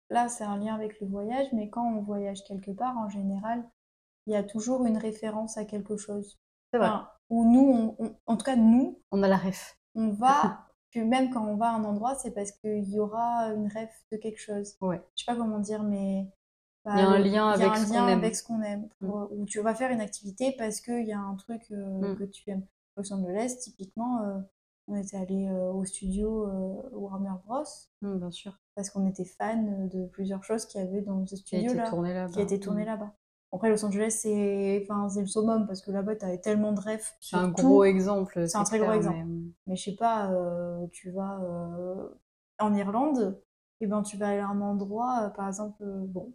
Speaker 3: là, c'est un lien avec le voyage, mais quand on voyage quelque part, en général, il y a toujours une référence à quelque chose.
Speaker 2: C'est vrai.
Speaker 3: Enfin, où nous, on- on- en tout cas, nous,
Speaker 2: On a la ref.
Speaker 3: on va, puis même quand on va à un endroit, c'est parce qu'il y aura une rêve de quelque chose.
Speaker 2: Ouais.
Speaker 3: Je sais pas comment dire, mais bah,
Speaker 2: Il y a un
Speaker 3: le-
Speaker 2: lien
Speaker 3: il y a
Speaker 2: avec
Speaker 3: un
Speaker 2: ce
Speaker 3: lien
Speaker 2: qu'on aime.
Speaker 3: avec ce qu'on aime. Pour- Où tu vas faire une activité parce qu'il y a un truc euh,
Speaker 2: Mm.
Speaker 3: que tu aimes. Los Angeles, typiquement, euh, on était allé euh, au studio euh, Warner Bros
Speaker 2: Mm, bien sûr.
Speaker 3: parce qu'on était fan de plusieurs choses qu'il y avait dans ce
Speaker 2: Qui a été
Speaker 3: studio-là,
Speaker 2: tourné là-bas. Mm.
Speaker 3: qui a été tourné là-bas. Après, Los Angeles, c'est enfin, c'est le summum, parce que là-bas, t'avais tellement de rêves
Speaker 2: C'est
Speaker 3: sur
Speaker 2: un
Speaker 3: tout.
Speaker 2: gros exemple. euh,
Speaker 3: C'est un très gros
Speaker 2: clair,
Speaker 3: exemple.
Speaker 2: mais-
Speaker 3: Mais je sais pas, euh, tu vas euh, en Irlande, et ben tu vas aller à un endroit, euh, par exemple, euh, bon,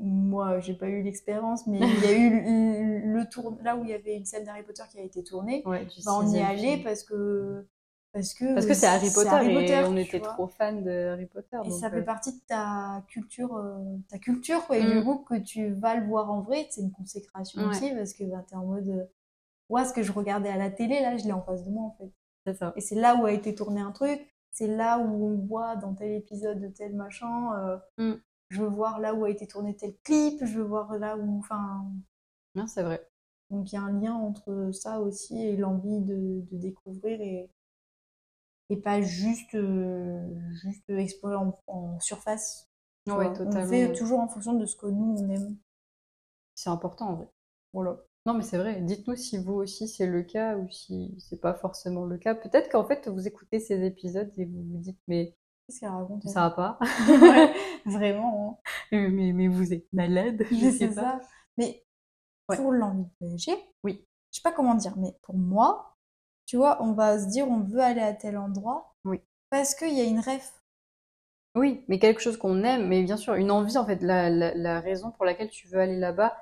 Speaker 3: moi, j'ai pas eu l'expérience, mais il y a eu le, le tour, là où il y avait une scène d'Harry Potter qui a été tournée,
Speaker 2: Ouais, du
Speaker 3: ben, on y est
Speaker 2: sixième
Speaker 3: allé
Speaker 2: film.
Speaker 3: parce que... Parce que
Speaker 2: Parce que c'est Harry Potter,
Speaker 3: Harry
Speaker 2: et
Speaker 3: Potter,
Speaker 2: on
Speaker 3: tu
Speaker 2: était
Speaker 3: vois.
Speaker 2: trop fan de Harry Potter.
Speaker 3: Et
Speaker 2: donc,
Speaker 3: ça
Speaker 2: euh,
Speaker 3: fait partie de ta culture, euh, ta culture quoi. Et
Speaker 2: Mm.
Speaker 3: du coup, que tu vas le voir en vrai, c'est une consécration
Speaker 2: Ouais.
Speaker 3: aussi parce que bah, t'es en mode, euh, ouah, ce que je regardais à la télé, là, je l'ai en face de moi en fait.
Speaker 2: c'est ça.
Speaker 3: Et c'est là où a été tourné un truc, c'est là où on voit dans tel épisode de tel machin, euh,
Speaker 2: Mm.
Speaker 3: je veux voir là où a été tourné tel clip, je veux voir là où, enfin,
Speaker 2: Non, c'est vrai.
Speaker 3: donc il y a un lien entre ça aussi et l'envie de, de découvrir et, et pas juste, euh, juste explorer en, en surface. tu
Speaker 2: Ouais,
Speaker 3: vois.
Speaker 2: totalement.
Speaker 3: On fait toujours en fonction de ce que nous on aime.
Speaker 2: C'est important en vrai.
Speaker 3: Voilà.
Speaker 2: Non, mais c'est vrai. Dites-nous si vous aussi c'est le cas ou si c'est pas forcément le cas. Peut-être qu'en fait vous écoutez ces épisodes et vous vous dites mais
Speaker 3: Qu'est-ce qu'elle raconte elle
Speaker 2: ça va pas,
Speaker 3: Ouais, Vraiment, hein.
Speaker 2: mais, mais- mais vous êtes malade, je sais
Speaker 3: Mais c'est
Speaker 2: pas.
Speaker 3: ça. Mais
Speaker 2: Ouais.
Speaker 3: pour l'envie de voyager,
Speaker 2: Oui.
Speaker 3: je sais pas comment dire, mais pour moi, tu vois, on va se dire on veut aller à tel endroit
Speaker 2: Oui.
Speaker 3: parce qu'il y a une rêve.
Speaker 2: Oui, mais quelque chose qu'on aime, mais bien sûr une envie en fait, la, la- la raison pour laquelle tu veux aller là-bas.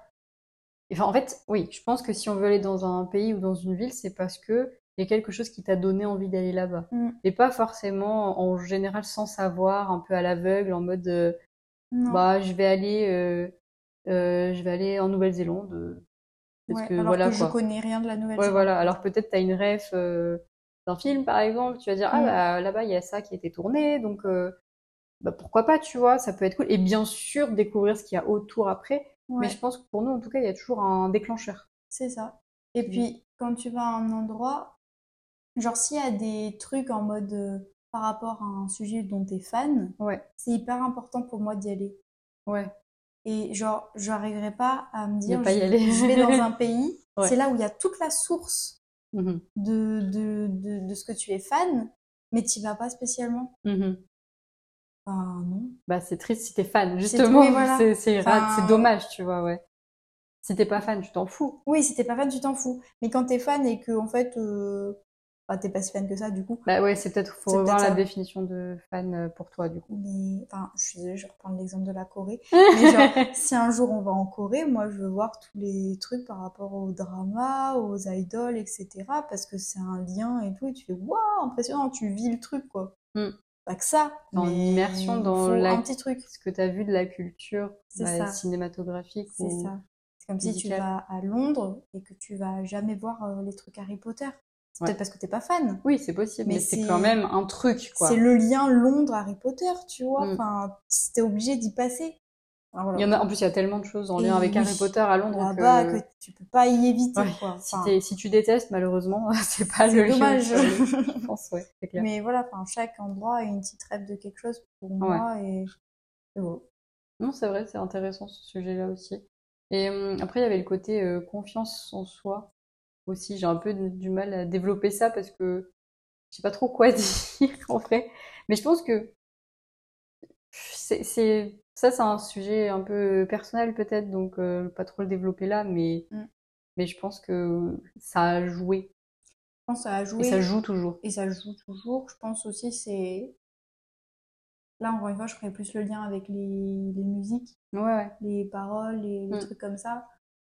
Speaker 2: Enfin, en fait, oui, je pense que si on veut aller dans un pays ou dans une ville, c'est parce que il y a quelque chose qui t'a donné envie d'aller là-bas.
Speaker 3: Mm.
Speaker 2: Et pas forcément en général sans savoir, un peu à l'aveugle, en mode euh,
Speaker 3: Non.
Speaker 2: bah je vais aller euh, euh, je vais aller en Nouvelle-Zélande euh, parce
Speaker 3: Ouais,
Speaker 2: que
Speaker 3: alors
Speaker 2: voilà
Speaker 3: que
Speaker 2: quoi.
Speaker 3: je connais rien de la nouvelle
Speaker 2: Ouais voilà, alors peut-être t'as une ref euh, d'un film par exemple, tu vas dire ah
Speaker 3: Mm.
Speaker 2: bah là-bas il y a ça qui a été tourné donc euh, bah pourquoi pas tu vois, ça peut être cool et bien sûr découvrir ce qu'il y a autour après, mais je pense que pour nous en tout cas il y a toujours un déclencheur.
Speaker 3: C'est ça. Et
Speaker 2: Mm.
Speaker 3: puis, quand tu vas à un endroit, genre s'il y a des trucs en mode euh, par rapport à un sujet dont tu es fan,
Speaker 2: Ouais.
Speaker 3: c'est hyper important pour moi d'y aller.
Speaker 2: Ouais,
Speaker 3: Et genre, je n'arriverai pas à me dire,
Speaker 2: pas y
Speaker 3: je,
Speaker 2: aller.
Speaker 3: je vais dans un pays,
Speaker 2: Ouais.
Speaker 3: c'est là où il y a toute la source Mm-hmm.
Speaker 2: Mhm.
Speaker 3: de, de, de, de ce que tu es fan, mais tu vas pas spécialement.
Speaker 2: Mhm.
Speaker 3: Mm-hmm. Enfin, non.
Speaker 2: Bah, c'est triste si t'es fan,
Speaker 3: C'est-
Speaker 2: justement.
Speaker 3: oui, voilà.
Speaker 2: C'est c'est ra-
Speaker 3: Enfin-
Speaker 2: c'est dommage, tu vois, ouais. Si t'es pas fan, tu t'en fous.
Speaker 3: Oui, si t'es pas fan, tu t'en fous. Mais quand t'es fan et que, en fait, euh... bah, t'es pas si fan que ça, du coup,
Speaker 2: Bah ouais, c'est peut-être, faut
Speaker 3: C'est
Speaker 2: revoir
Speaker 3: peut-être
Speaker 2: la
Speaker 3: ça.
Speaker 2: définition de fan euh, pour toi, du coup.
Speaker 3: Mais, enfin, je suis désolée, je vais reprendre l'exemple de la Corée. Mais genre, si un jour on va en Corée, moi je veux voir tous les trucs par rapport au drama, aux idoles, etc. Parce que c'est un lien et tout. Et tu fais, waouh, impressionnant, tu vis le truc, quoi.
Speaker 2: Hmm.
Speaker 3: Pas que ça.
Speaker 2: T'es en
Speaker 3: mais
Speaker 2: immersion dans
Speaker 3: faut
Speaker 2: la-
Speaker 3: un petit truc.
Speaker 2: Ce que t'as vu de la culture
Speaker 3: C'est
Speaker 2: bah,
Speaker 3: ça.
Speaker 2: cinématographique
Speaker 3: C'est
Speaker 2: ou-
Speaker 3: ça. C'est comme si tu
Speaker 2: musical.
Speaker 3: vas à Londres et que tu vas jamais voir euh, les trucs Harry Potter. C'est
Speaker 2: Ouais.
Speaker 3: peut-être parce que t'es pas fan.
Speaker 2: Oui, c'est possible, mais,
Speaker 3: Mais
Speaker 2: c'est
Speaker 3: c'est-
Speaker 2: quand même un truc, quoi.
Speaker 3: C'est le lien Londres-Harry Potter, tu vois.
Speaker 2: Hmm.
Speaker 3: Enfin, t'es obligé d'y passer. Alors, voilà.
Speaker 2: Il y en a, en plus, il y a tellement de choses en
Speaker 3: Et
Speaker 2: lien avec
Speaker 3: oui,
Speaker 2: Harry Potter à Londres
Speaker 3: là-bas
Speaker 2: que,
Speaker 3: que tu peux pas y éviter
Speaker 2: euh, Ouais,
Speaker 3: quoi.
Speaker 2: si,
Speaker 3: Enfin,
Speaker 2: t'es- si tu détestes, malheureusement, c'est pas le
Speaker 3: c'est
Speaker 2: lieu.
Speaker 3: dommage.
Speaker 2: sur lequel Je pense, euh, ouais, c'est clair.
Speaker 3: Mais voilà, enfin chaque endroit a une petite rêve de quelque chose pour moi et, et voilà.
Speaker 2: Non, c'est vrai, c'est intéressant ce sujet-là aussi. Et hum, après, il y avait le côté euh, confiance en soi aussi. J'ai un peu de- du mal à développer ça parce que je sais pas trop quoi dire en vrai. Mais je pense que c'est, c'est- ça, c'est un sujet un peu personnel peut-être, donc euh, pas trop le développer là, mais,
Speaker 3: Mm.
Speaker 2: mais je pense que ça a joué.
Speaker 3: Je pense que ça a
Speaker 2: Et
Speaker 3: joué
Speaker 2: ça joue toujours.
Speaker 3: et ça joue toujours. Je pense aussi c'est là encore une fois, je ferais plus le lien avec les, les musiques,
Speaker 2: Ouais, ouais.
Speaker 3: les paroles, les, les
Speaker 2: Mm.
Speaker 3: trucs comme ça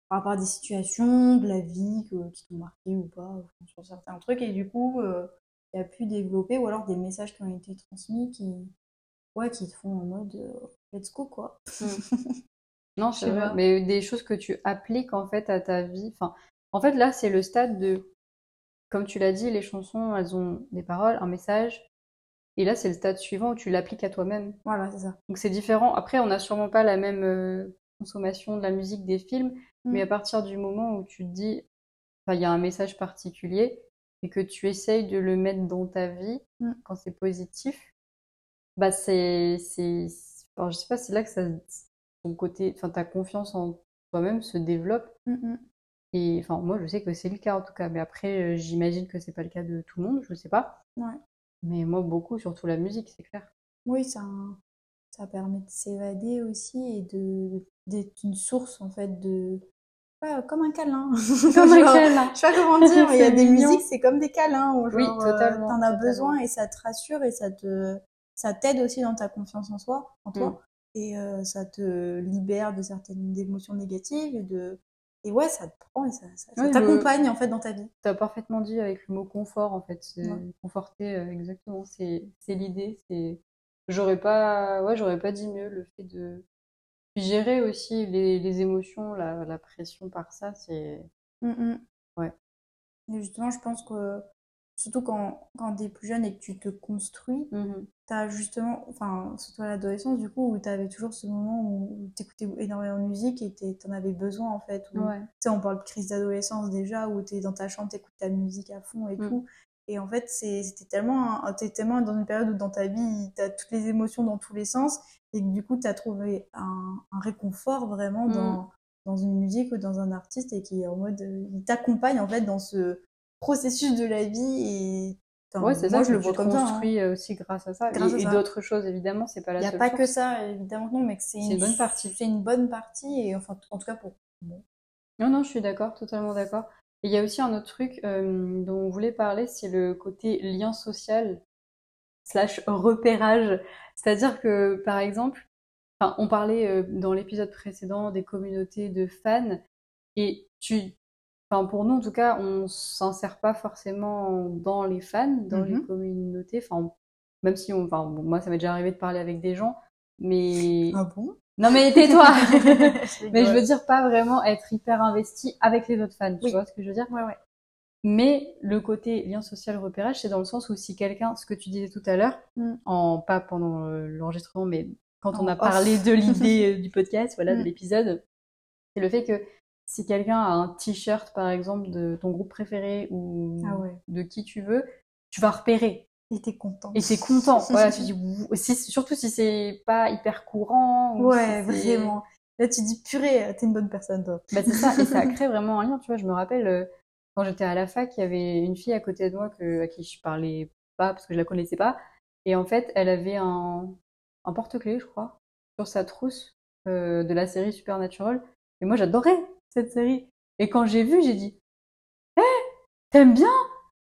Speaker 3: par rapport à des situations de la vie que- qui t'ont marqué ou pas enfin, sur certains trucs et du coup euh, il a pu développer ou alors des messages qui ont été transmis qui ouais qui te font en mode euh, let's go, quoi.
Speaker 2: Non, je
Speaker 3: C'est
Speaker 2: sais pas,
Speaker 3: vrai.
Speaker 2: mais des choses que tu appliques en fait à ta vie. Enfin, en fait, là, c'est le stade de, comme tu l'as dit, les chansons, elles ont des paroles, un message. Et là, c'est le stade suivant où tu l'appliques à toi-même.
Speaker 3: Voilà, c'est ça.
Speaker 2: Donc c'est différent. Après, on n'a sûrement pas la même euh, consommation de la musique, des films, mais à
Speaker 3: Mm.
Speaker 2: partir du moment où tu te dis, enfin, il y a un message particulier et que tu essayes de le mettre dans ta vie
Speaker 3: Mm.
Speaker 2: quand c'est positif, bah c'est, c'est, enfin, je sais pas, c'est là que ça, ton côté, enfin, ta confiance en toi-même se développe.
Speaker 3: Mm, mm.
Speaker 2: Et enfin, moi, je sais que c'est le cas en tout cas, mais après, euh, j'imagine que c'est pas le cas de tout le monde, je sais pas.
Speaker 3: Ouais.
Speaker 2: Mais moi, beaucoup, surtout la musique, c'est clair.
Speaker 3: Oui, ça, ça permet de s'évader aussi et de d'être une source en fait de ouais, comme un câlin.
Speaker 2: Comme un
Speaker 3: Genre,
Speaker 2: câlin.
Speaker 3: Je sais pas comment dire, mais il y a
Speaker 2: C'est
Speaker 3: des
Speaker 2: mignon.
Speaker 3: musiques, c'est comme des câlins où
Speaker 2: Oui,
Speaker 3: genre euh,
Speaker 2: totalement,
Speaker 3: t'en as
Speaker 2: totalement.
Speaker 3: besoin et ça te rassure et ça te ça t'aide aussi dans ta confiance en soi, en
Speaker 2: Mm.
Speaker 3: toi et euh, ça te libère de certaines émotions négatives et de et ouais, ça te prend et ça, ça, ça
Speaker 2: Oui, le-
Speaker 3: t'accompagne en fait dans ta vie.
Speaker 2: T'as parfaitement dit avec le mot confort, en fait. C'est
Speaker 3: Ouais.
Speaker 2: conforter, euh, exactement. C'est c'est l'idée. C'est j'aurais pas, ouais, j'aurais pas dit mieux. Le fait de Puis gérer aussi les, les émotions, la, la pression par ça, c'est
Speaker 3: Mm, mm.
Speaker 2: Ouais.
Speaker 3: Et justement, je pense que surtout quand, quand t'es plus jeune et que tu te construis,
Speaker 2: Mhm.
Speaker 3: t'as justement, enfin, surtout à l'adolescence, du coup, où t'avais toujours ce moment où t'écoutais énormément de musique et t'es- t'en avais besoin, en fait. où-
Speaker 2: ouais,
Speaker 3: Tu sais, on parle de crise d'adolescence déjà, où t'es dans ta chambre, t'écoutes ta musique à fond et
Speaker 2: Mm.
Speaker 3: tout. Et en fait, c'est- c'était tellement, un- t'es tellement dans une période où dans ta vie, t'as toutes les émotions dans tous les sens, et que du coup, t'as trouvé un, un réconfort vraiment
Speaker 2: Mm.
Speaker 3: dans, dans une musique ou dans un artiste, et qui est en mode, euh, il t'accompagne en fait dans ce processus de la vie. Et enfin,
Speaker 2: ouais, c'est
Speaker 3: moi,
Speaker 2: ça.
Speaker 3: je
Speaker 2: que
Speaker 3: le
Speaker 2: tu
Speaker 3: vois
Speaker 2: te
Speaker 3: comme ça. hein.
Speaker 2: construis euh, aussi grâce à ça
Speaker 3: Grâce
Speaker 2: et,
Speaker 3: à
Speaker 2: et
Speaker 3: ça.
Speaker 2: d'autres choses évidemment. C'est pas la
Speaker 3: Il n'y a
Speaker 2: seule
Speaker 3: pas que
Speaker 2: source.
Speaker 3: ça, évidemment, que non, mais que c'est
Speaker 2: C'est une bonne partie.
Speaker 3: C'est une bonne partie, et enfin, en tout cas pour.
Speaker 2: Non, non, je suis d'accord, totalement d'accord. Et il y a aussi un autre truc euh, dont on voulait parler, c'est le côté lien social slash repérage. C'est-à-dire que, par exemple, enfin, on parlait euh, dans l'épisode précédent des communautés de fans, et tu, enfin, pour nous en tout cas, on s'insère pas forcément dans les fans, dans les
Speaker 3: Mhm.
Speaker 2: communautés. Enfin, on- même si on, enfin, bon, moi, ça m'est déjà arrivé de parler avec des gens, mais
Speaker 3: Ah bon?
Speaker 2: non, mais tais-toi. Mais je
Speaker 3: rigole.
Speaker 2: veux dire, pas vraiment être hyper investi avec les autres fans, tu
Speaker 3: Oui.
Speaker 2: vois ce que je veux dire?
Speaker 3: Ouais, ouais.
Speaker 2: Mais le côté lien social repérage, c'est dans le sens où si quelqu'un, ce que tu disais tout à l'heure,
Speaker 3: Mm.
Speaker 2: en pas pendant euh, l'enregistrement, mais quand on
Speaker 3: En
Speaker 2: a
Speaker 3: off.
Speaker 2: parlé de l'idée euh, du podcast, voilà, de
Speaker 3: Mm.
Speaker 2: l'épisode, c'est le fait que si quelqu'un a un t-shirt, par exemple, de ton groupe préféré ou
Speaker 3: Ah ouais.
Speaker 2: de qui tu veux, tu vas repérer
Speaker 3: Et t'es content.
Speaker 2: et t'es content. Voilà, tu dis, Ouh, si- surtout si c'est pas hyper courant. ou si
Speaker 3: Ouais,
Speaker 2: c'est-
Speaker 3: vraiment. Là, tu dis purée, t'es une bonne personne, toi.
Speaker 2: bah, c'est ça, et ça crée vraiment un lien. Tu vois, je me rappelle euh, quand j'étais à la fac, il y avait une fille à côté de moi que, à qui je parlais pas parce que je la connaissais pas. Et en fait, elle avait un, un porte-clés, je crois, sur sa trousse euh, de la série Supernatural. Et moi, j'adorais cette série. Et quand j'ai vu, j'ai dit, Eh, t'aimes bien?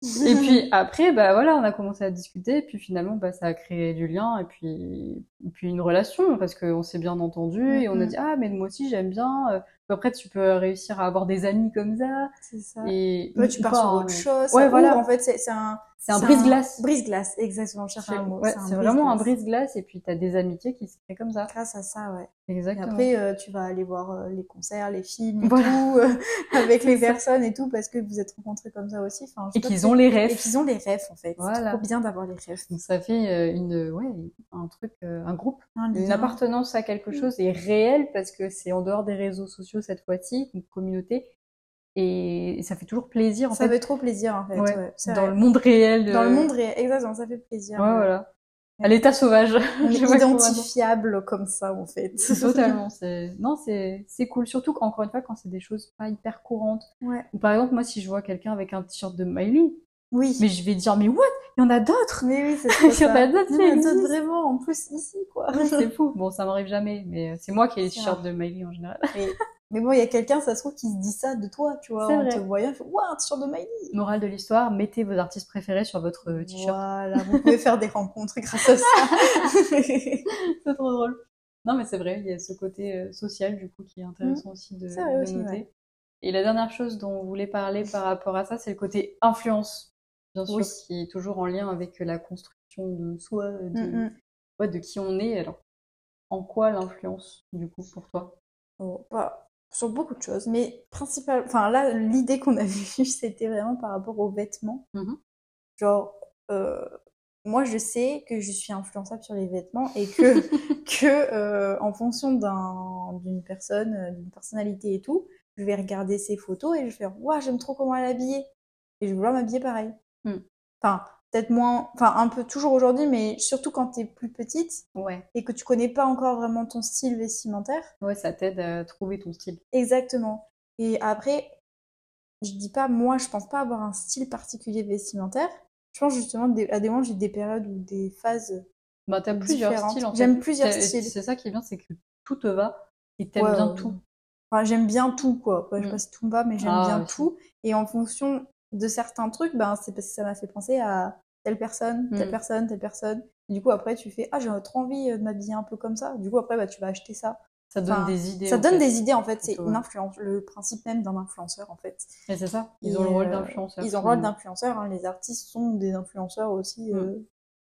Speaker 3: Mhm.
Speaker 2: Et puis après, bah voilà, on a commencé à discuter, et puis finalement, bah, ça a créé du lien, et puis, et puis une relation, parce qu'on s'est bien entendu, et on a
Speaker 3: Mhm.
Speaker 2: dit, ah, mais moi aussi, j'aime bien. euh, Après, tu peux réussir à avoir des amis comme ça.
Speaker 3: C'est ça.
Speaker 2: Et
Speaker 3: Toi, tu
Speaker 2: ou
Speaker 3: pars
Speaker 2: pas,
Speaker 3: sur
Speaker 2: hein,
Speaker 3: autre
Speaker 2: mais-
Speaker 3: chose.
Speaker 2: Ouais,
Speaker 3: ça
Speaker 2: voilà.
Speaker 3: ouvre, En fait, c'est c'est un.
Speaker 2: C'est un brise-glace.
Speaker 3: Brise-glace, exactement. Je cherche
Speaker 2: C'est
Speaker 3: un mot.
Speaker 2: ouais,
Speaker 3: un
Speaker 2: c'est vraiment un
Speaker 3: brise-glace.
Speaker 2: brise-glace, et puis t'as des amitiés qui se créent comme ça.
Speaker 3: Grâce à ça, ouais. Et
Speaker 2: Exactement.
Speaker 3: après, euh, tu vas aller voir euh, les concerts, les films et
Speaker 2: Voilà.
Speaker 3: tout, euh, avec
Speaker 2: C'est
Speaker 3: les
Speaker 2: ça.
Speaker 3: personnes et tout, parce que vous êtes rencontrés comme ça aussi. Enfin, je
Speaker 2: Et
Speaker 3: sais pas,
Speaker 2: qu'ils
Speaker 3: c'est-
Speaker 2: ont les
Speaker 3: Et
Speaker 2: rêves.
Speaker 3: qu'ils ont les rêves, en fait. C'est
Speaker 2: Voilà.
Speaker 3: trop bien d'avoir les rêves.
Speaker 2: Donc ça fait euh, une, ouais, un truc, euh, un groupe.
Speaker 3: Un
Speaker 2: Une
Speaker 3: lien.
Speaker 2: appartenance à quelque
Speaker 3: Mm.
Speaker 2: chose est réelle parce que c'est en dehors des réseaux sociaux cette fois-ci, une communauté. Et ça fait toujours plaisir, en
Speaker 3: Ça
Speaker 2: fait,
Speaker 3: fait trop plaisir, en fait.
Speaker 2: Ouais.
Speaker 3: ouais, c'est
Speaker 2: dans
Speaker 3: vrai.
Speaker 2: le monde réel.
Speaker 3: Dans le
Speaker 2: euh,
Speaker 3: monde réel, exactement, ça fait plaisir.
Speaker 2: Ouais, voilà.
Speaker 3: Ouais.
Speaker 2: À l'état sauvage.
Speaker 3: On est
Speaker 2: Ah, Je sais pas comment dire.
Speaker 3: identifiable comme ça, en fait.
Speaker 2: Totalement. c'est- Non, c'est c'est cool. Surtout qu'encore une fois, quand c'est des choses pas hyper courantes.
Speaker 3: Ouais.
Speaker 2: Ou par exemple, moi, si je vois quelqu'un avec un t-shirt de Miley,
Speaker 3: Oui.
Speaker 2: mais je vais dire, mais what? Il y en a d'autres!
Speaker 3: Mais oui, c'est
Speaker 2: Il
Speaker 3: trop
Speaker 2: y
Speaker 3: ça.
Speaker 2: en a d'autres
Speaker 3: Il
Speaker 2: qui
Speaker 3: y en a d'autres
Speaker 2: existent.
Speaker 3: vraiment, en plus, ici, quoi.
Speaker 2: Ouais, C'est fou. Bon, ça m'arrive jamais, mais euh, c'est moi qui ai les
Speaker 3: C'est
Speaker 2: t-shirts de Miley en général.
Speaker 3: Mais, mais bon, il y a quelqu'un, ça se trouve, qui se dit ça de toi, tu vois,
Speaker 2: C'est
Speaker 3: en
Speaker 2: vrai.
Speaker 3: te voyant, il fait « Waouh, un t-shirt de Miley
Speaker 2: Morale de l'histoire, mettez vos artistes préférés sur votre euh, !» t-shirt.
Speaker 3: Voilà, vous pouvez faire des rencontres grâce à ça.
Speaker 2: C'est trop drôle. Non, mais c'est vrai, il y a ce côté euh, social du coup qui est intéressant aussi de,
Speaker 3: Mmh. C'est vrai
Speaker 2: de
Speaker 3: aussi,
Speaker 2: noter.
Speaker 3: ouais.
Speaker 2: Et la dernière chose dont on voulait parler par rapport à ça, c'est le côté influence, bien sûr,
Speaker 3: Oui.
Speaker 2: qui est toujours en lien avec la construction de soi, de,
Speaker 3: Mm, mm.
Speaker 2: ouais, de qui on est. Alors, en quoi l'influence, du coup, pour toi
Speaker 3: Oh, bah, sur beaucoup de choses, mais principal, enfin là, l'idée qu'on a vue, c'était vraiment par rapport aux vêtements.
Speaker 2: Mhm.
Speaker 3: Genre, euh, moi, je sais que je suis influençable sur les vêtements et que, que euh, en fonction d'un- d'une personne, euh, d'une personnalité et tout, je vais regarder ses photos et je vais faire, waouh, j'aime trop comment elle est habillée. Et je vais vouloir m'habiller pareil.
Speaker 2: Mm.
Speaker 3: Enfin, peut-être moins, enfin, un peu toujours aujourd'hui, mais surtout quand t'es plus petite
Speaker 2: Ouais.
Speaker 3: et que tu connais pas encore vraiment ton style vestimentaire.
Speaker 2: Ouais, ça t'aide à trouver ton style.
Speaker 3: Exactement. Et après, je dis pas, moi, je pense pas avoir un style particulier vestimentaire. Je pense justement des- à des moments, j'ai des périodes ou des phases.
Speaker 2: Bah, t'as plusieurs
Speaker 3: Différentes.
Speaker 2: styles, en fait.
Speaker 3: J'aime plusieurs
Speaker 2: T'as-
Speaker 3: styles.
Speaker 2: C'est ça qui est bien, c'est que tout te va et t'aimes
Speaker 3: Ouais,
Speaker 2: bien
Speaker 3: euh,
Speaker 2: tout.
Speaker 3: Enfin, j'aime bien tout, quoi. Ouais,
Speaker 2: Mm.
Speaker 3: je sais pas si tout me va, mais j'aime
Speaker 2: Ah,
Speaker 3: bien
Speaker 2: aussi.
Speaker 3: tout. Et en fonction de certains trucs, ben, c'est parce que ça m'a fait penser à telle personne, telle
Speaker 2: Mm.
Speaker 3: personne, telle personne. Et du coup, après, tu fais, ah, j'ai trop envie euh, de m'habiller un peu comme ça. Du coup, après, bah, tu vas acheter ça.
Speaker 2: Ça donne
Speaker 3: enfin,
Speaker 2: des idées.
Speaker 3: Ça
Speaker 2: en
Speaker 3: donne
Speaker 2: fait.
Speaker 3: des idées, en fait. C'est
Speaker 2: Plutôt,
Speaker 3: une
Speaker 2: ouais.
Speaker 3: influence, le principe même d'un influenceur, en fait.
Speaker 2: Et c'est ça,
Speaker 3: Et,
Speaker 2: ils ont le rôle
Speaker 3: euh,
Speaker 2: d'influenceur.
Speaker 3: Ils ont le rôle
Speaker 2: finalement.
Speaker 3: d'influenceurs, hein. les artistes sont des influenceurs aussi.
Speaker 2: Mm.
Speaker 3: euh.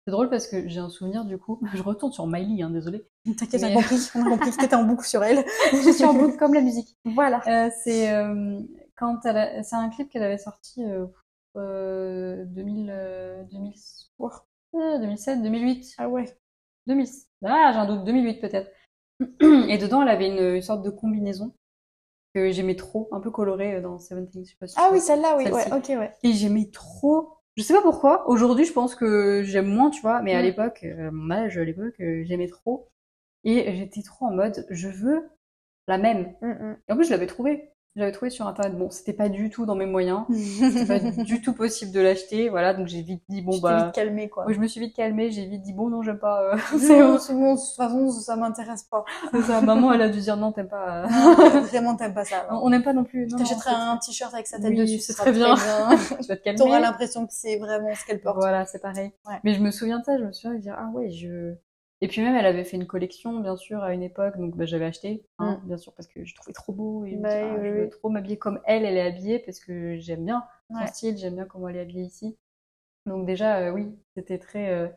Speaker 2: C'est drôle parce que j'ai un souvenir du coup, je retourne sur Miley, hein, désolé.
Speaker 3: T'inquiète,
Speaker 2: Mais-
Speaker 3: on a compris, on a compris que t'étais en boucle sur elle.
Speaker 2: je suis en boucle comme la musique.
Speaker 3: Voilà.
Speaker 2: Euh, c'est euh, quand elle a- c'est un clip qu'elle avait sorti euh, euh, 2000, euh, 2000,
Speaker 3: Wow.
Speaker 2: euh, 2007, 2008,
Speaker 3: Ah ouais.
Speaker 2: 2000. Ah, j'ai un doute, 2008 peut-être. Et dedans, elle avait une, une sorte de combinaison que j'aimais trop, un peu colorée euh, dans Seventeen, je sais pas si tu
Speaker 3: Ah oui,
Speaker 2: vois.
Speaker 3: celle-là, oui, ouais,
Speaker 2: Celle-ci.
Speaker 3: ok, ouais.
Speaker 2: Et j'aimais trop. Je sais pas pourquoi. Aujourd'hui, je pense que j'aime moins, tu vois. Mais à
Speaker 3: Mm.
Speaker 2: l'époque, euh, mon âge, à l'époque, euh, j'aimais trop. Et j'étais trop en mode, je veux la même.
Speaker 3: Mm,
Speaker 2: Et en plus, je l'avais trouvée. Je l'avais trouvée sur Internet. Bon, c'était pas du tout dans mes moyens. C'était pas du tout possible de l'acheter. Voilà, donc j'ai vite dit, bon,
Speaker 3: Je t'ai
Speaker 2: bah.
Speaker 3: vite calmée, quoi.
Speaker 2: oui, je me suis vite calmée. J'ai vite dit, bon, non, j'aime pas. euh, c'est
Speaker 3: Non, c'est bon, de toute façon, ça m'intéresse pas.
Speaker 2: c'est ça. Maman, elle a dû dire, non, t'aimes pas. euh.
Speaker 3: Vraiment, t'aimes pas ça. alors.
Speaker 2: On n'aime pas non plus. Non, non,
Speaker 3: T'achèterais
Speaker 2: c'est-
Speaker 3: un t-shirt avec sa tête
Speaker 2: Oui,
Speaker 3: dessus,
Speaker 2: c'est
Speaker 3: ce sera
Speaker 2: très bien. Tu vas te calmer.
Speaker 3: T'auras l'impression que c'est vraiment ce qu'elle porte.
Speaker 2: Voilà, c'est pareil.
Speaker 3: Ouais.
Speaker 2: Mais je me souviens de ça, je me souviens de dire, ah ouais, je... Et puis même, elle avait fait une collection, bien sûr, à une époque, donc bah, j'avais acheté, hein, bien sûr, parce que je trouvais trop beau, et je me
Speaker 3: Mm. Bah
Speaker 2: disais,
Speaker 3: oui,
Speaker 2: ah, je
Speaker 3: oui,
Speaker 2: veux
Speaker 3: oui.
Speaker 2: trop m'habiller comme elle, elle est habillée, parce que j'aime bien son
Speaker 3: Ouais.
Speaker 2: style, j'aime bien comment elle est habillée ici. Donc déjà, euh, oui, c'était très, euh,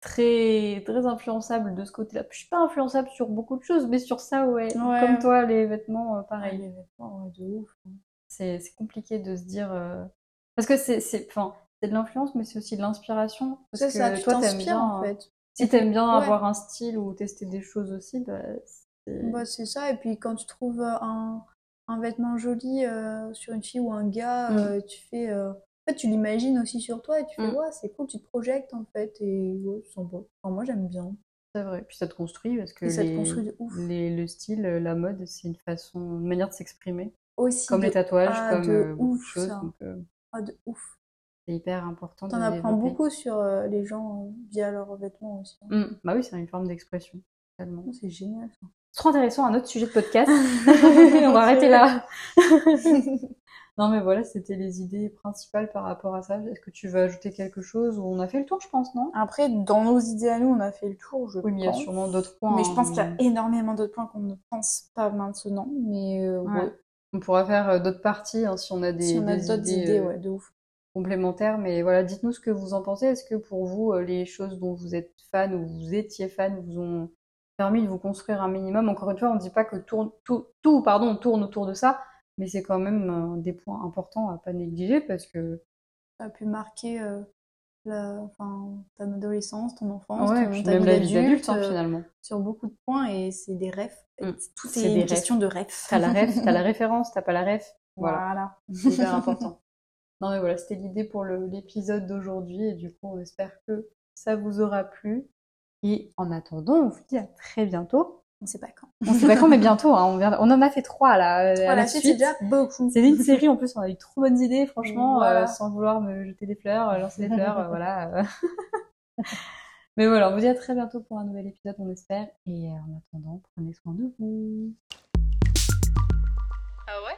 Speaker 2: très, très influençable de ce côté-là. Je suis pas influençable sur beaucoup de choses, mais sur ça, ouais,
Speaker 3: Ouais.
Speaker 2: comme toi, les vêtements, euh,
Speaker 3: Ouais,
Speaker 2: pareil
Speaker 3: les vêtements, ouais, de ouf.
Speaker 2: c'est c'est compliqué de se dire euh, parce que c'est c'est enfin c'est de l'influence mais c'est aussi de l'inspiration parce
Speaker 3: C'est
Speaker 2: que
Speaker 3: ça, tu
Speaker 2: toi t'aimes
Speaker 3: t'inspires,
Speaker 2: bien
Speaker 3: en
Speaker 2: euh,
Speaker 3: fait.
Speaker 2: si t'aimes bien
Speaker 3: Ouais.
Speaker 2: avoir un style ou tester des choses aussi bah, c'est-
Speaker 3: Bah, c'est ça, et puis quand tu trouves euh, un, un vêtement joli euh, sur une fille ou un gars,
Speaker 2: Mm.
Speaker 3: euh, tu fais. euh, En fait, tu l'imagines aussi sur toi et tu fais,
Speaker 2: Mm.
Speaker 3: ouais, c'est cool, tu te projectes en fait, et ouais, c'est sympa. Enfin, moi, j'aime bien.
Speaker 2: c'est vrai puis ça te construit parce que
Speaker 3: Et ça te
Speaker 2: les-
Speaker 3: construit de ouf.
Speaker 2: les- le style euh, la mode c'est une façon une manière de s'exprimer
Speaker 3: Aussi.
Speaker 2: comme
Speaker 3: de...
Speaker 2: les tatouages
Speaker 3: ah,
Speaker 2: comme
Speaker 3: de
Speaker 2: euh, beaucoup de
Speaker 3: ouf,
Speaker 2: choses
Speaker 3: ça.
Speaker 2: donc euh,
Speaker 3: ah, de ouf.
Speaker 2: c'est hyper important
Speaker 3: T'en
Speaker 2: de
Speaker 3: apprends
Speaker 2: développer.
Speaker 3: beaucoup sur euh, les gens euh, via leurs vêtements aussi.
Speaker 2: Mm. bah oui c'est une forme d'expression totalement
Speaker 3: Oh, C'est génial. ça.
Speaker 2: C'est trop intéressant un autre sujet de podcast on va arrêter là Non, mais voilà, c'était les idées principales par rapport à ça. Est-ce que tu veux ajouter quelque chose On a fait le tour, je pense, non
Speaker 3: Après, dans nos idées à nous, on a fait le tour, je
Speaker 2: Oui, mais il y a
Speaker 3: pense.
Speaker 2: sûrement d'autres points.
Speaker 3: Mais je pense
Speaker 2: hein.
Speaker 3: qu'il y a énormément d'autres points qu'on ne pense pas maintenant, mais euh,
Speaker 2: Ouais.
Speaker 3: ouais.
Speaker 2: On pourra faire euh, d'autres parties hein, si on a des,
Speaker 3: Si on a
Speaker 2: des
Speaker 3: d'autres
Speaker 2: idées,
Speaker 3: idées,
Speaker 2: euh,
Speaker 3: ouais, de ouf.
Speaker 2: complémentaires. Mais voilà, dites-nous ce que vous en pensez. Est-ce que pour vous, euh, les choses dont vous êtes fan ou vous étiez fan vous ont permis de vous construire un minimum Encore une fois, on ne dit pas que tourne- tout, tout, pardon, tourne autour de ça, mais c'est quand même euh, des points importants à pas négliger parce que
Speaker 3: ça a pu marquer euh, la, enfin, ton adolescence, ton enfance,
Speaker 2: Ouais,
Speaker 3: ton-
Speaker 2: puis
Speaker 3: ta
Speaker 2: même
Speaker 3: vie
Speaker 2: la vie d'adulte,
Speaker 3: d'adulte,
Speaker 2: hein,
Speaker 3: euh,
Speaker 2: finalement.
Speaker 3: sur beaucoup de points et c'est des refs. Et
Speaker 2: Mm.
Speaker 3: Tout
Speaker 2: C'est
Speaker 3: est
Speaker 2: des
Speaker 3: une
Speaker 2: refs.
Speaker 3: question de refs.
Speaker 2: T'as la ref, t'as la référence, t'as pas la ref. Voilà,
Speaker 3: Voilà.
Speaker 2: c'est hyper important. Non mais voilà, c'était l'idée pour le- l'épisode d'aujourd'hui et du coup on espère que ça vous aura plu. Et en attendant, on vous dit à très bientôt.
Speaker 3: On sait pas quand.
Speaker 2: On sait pas quand mais bientôt, hein, on, vient- on en a fait trois là. euh, à
Speaker 3: Voilà,
Speaker 2: la
Speaker 3: c'est
Speaker 2: suite.
Speaker 3: déjà beaucoup.
Speaker 2: C'est une série en plus, on a eu trop bonnes idées, franchement,
Speaker 3: Voilà.
Speaker 2: euh, sans vouloir me jeter des fleurs, euh, lancer des fleurs, euh, voilà. euh. mais voilà, on vous dit à très bientôt pour un nouvel épisode, on espère. Et euh, en attendant, prenez soin de vous.
Speaker 1: Ah ouais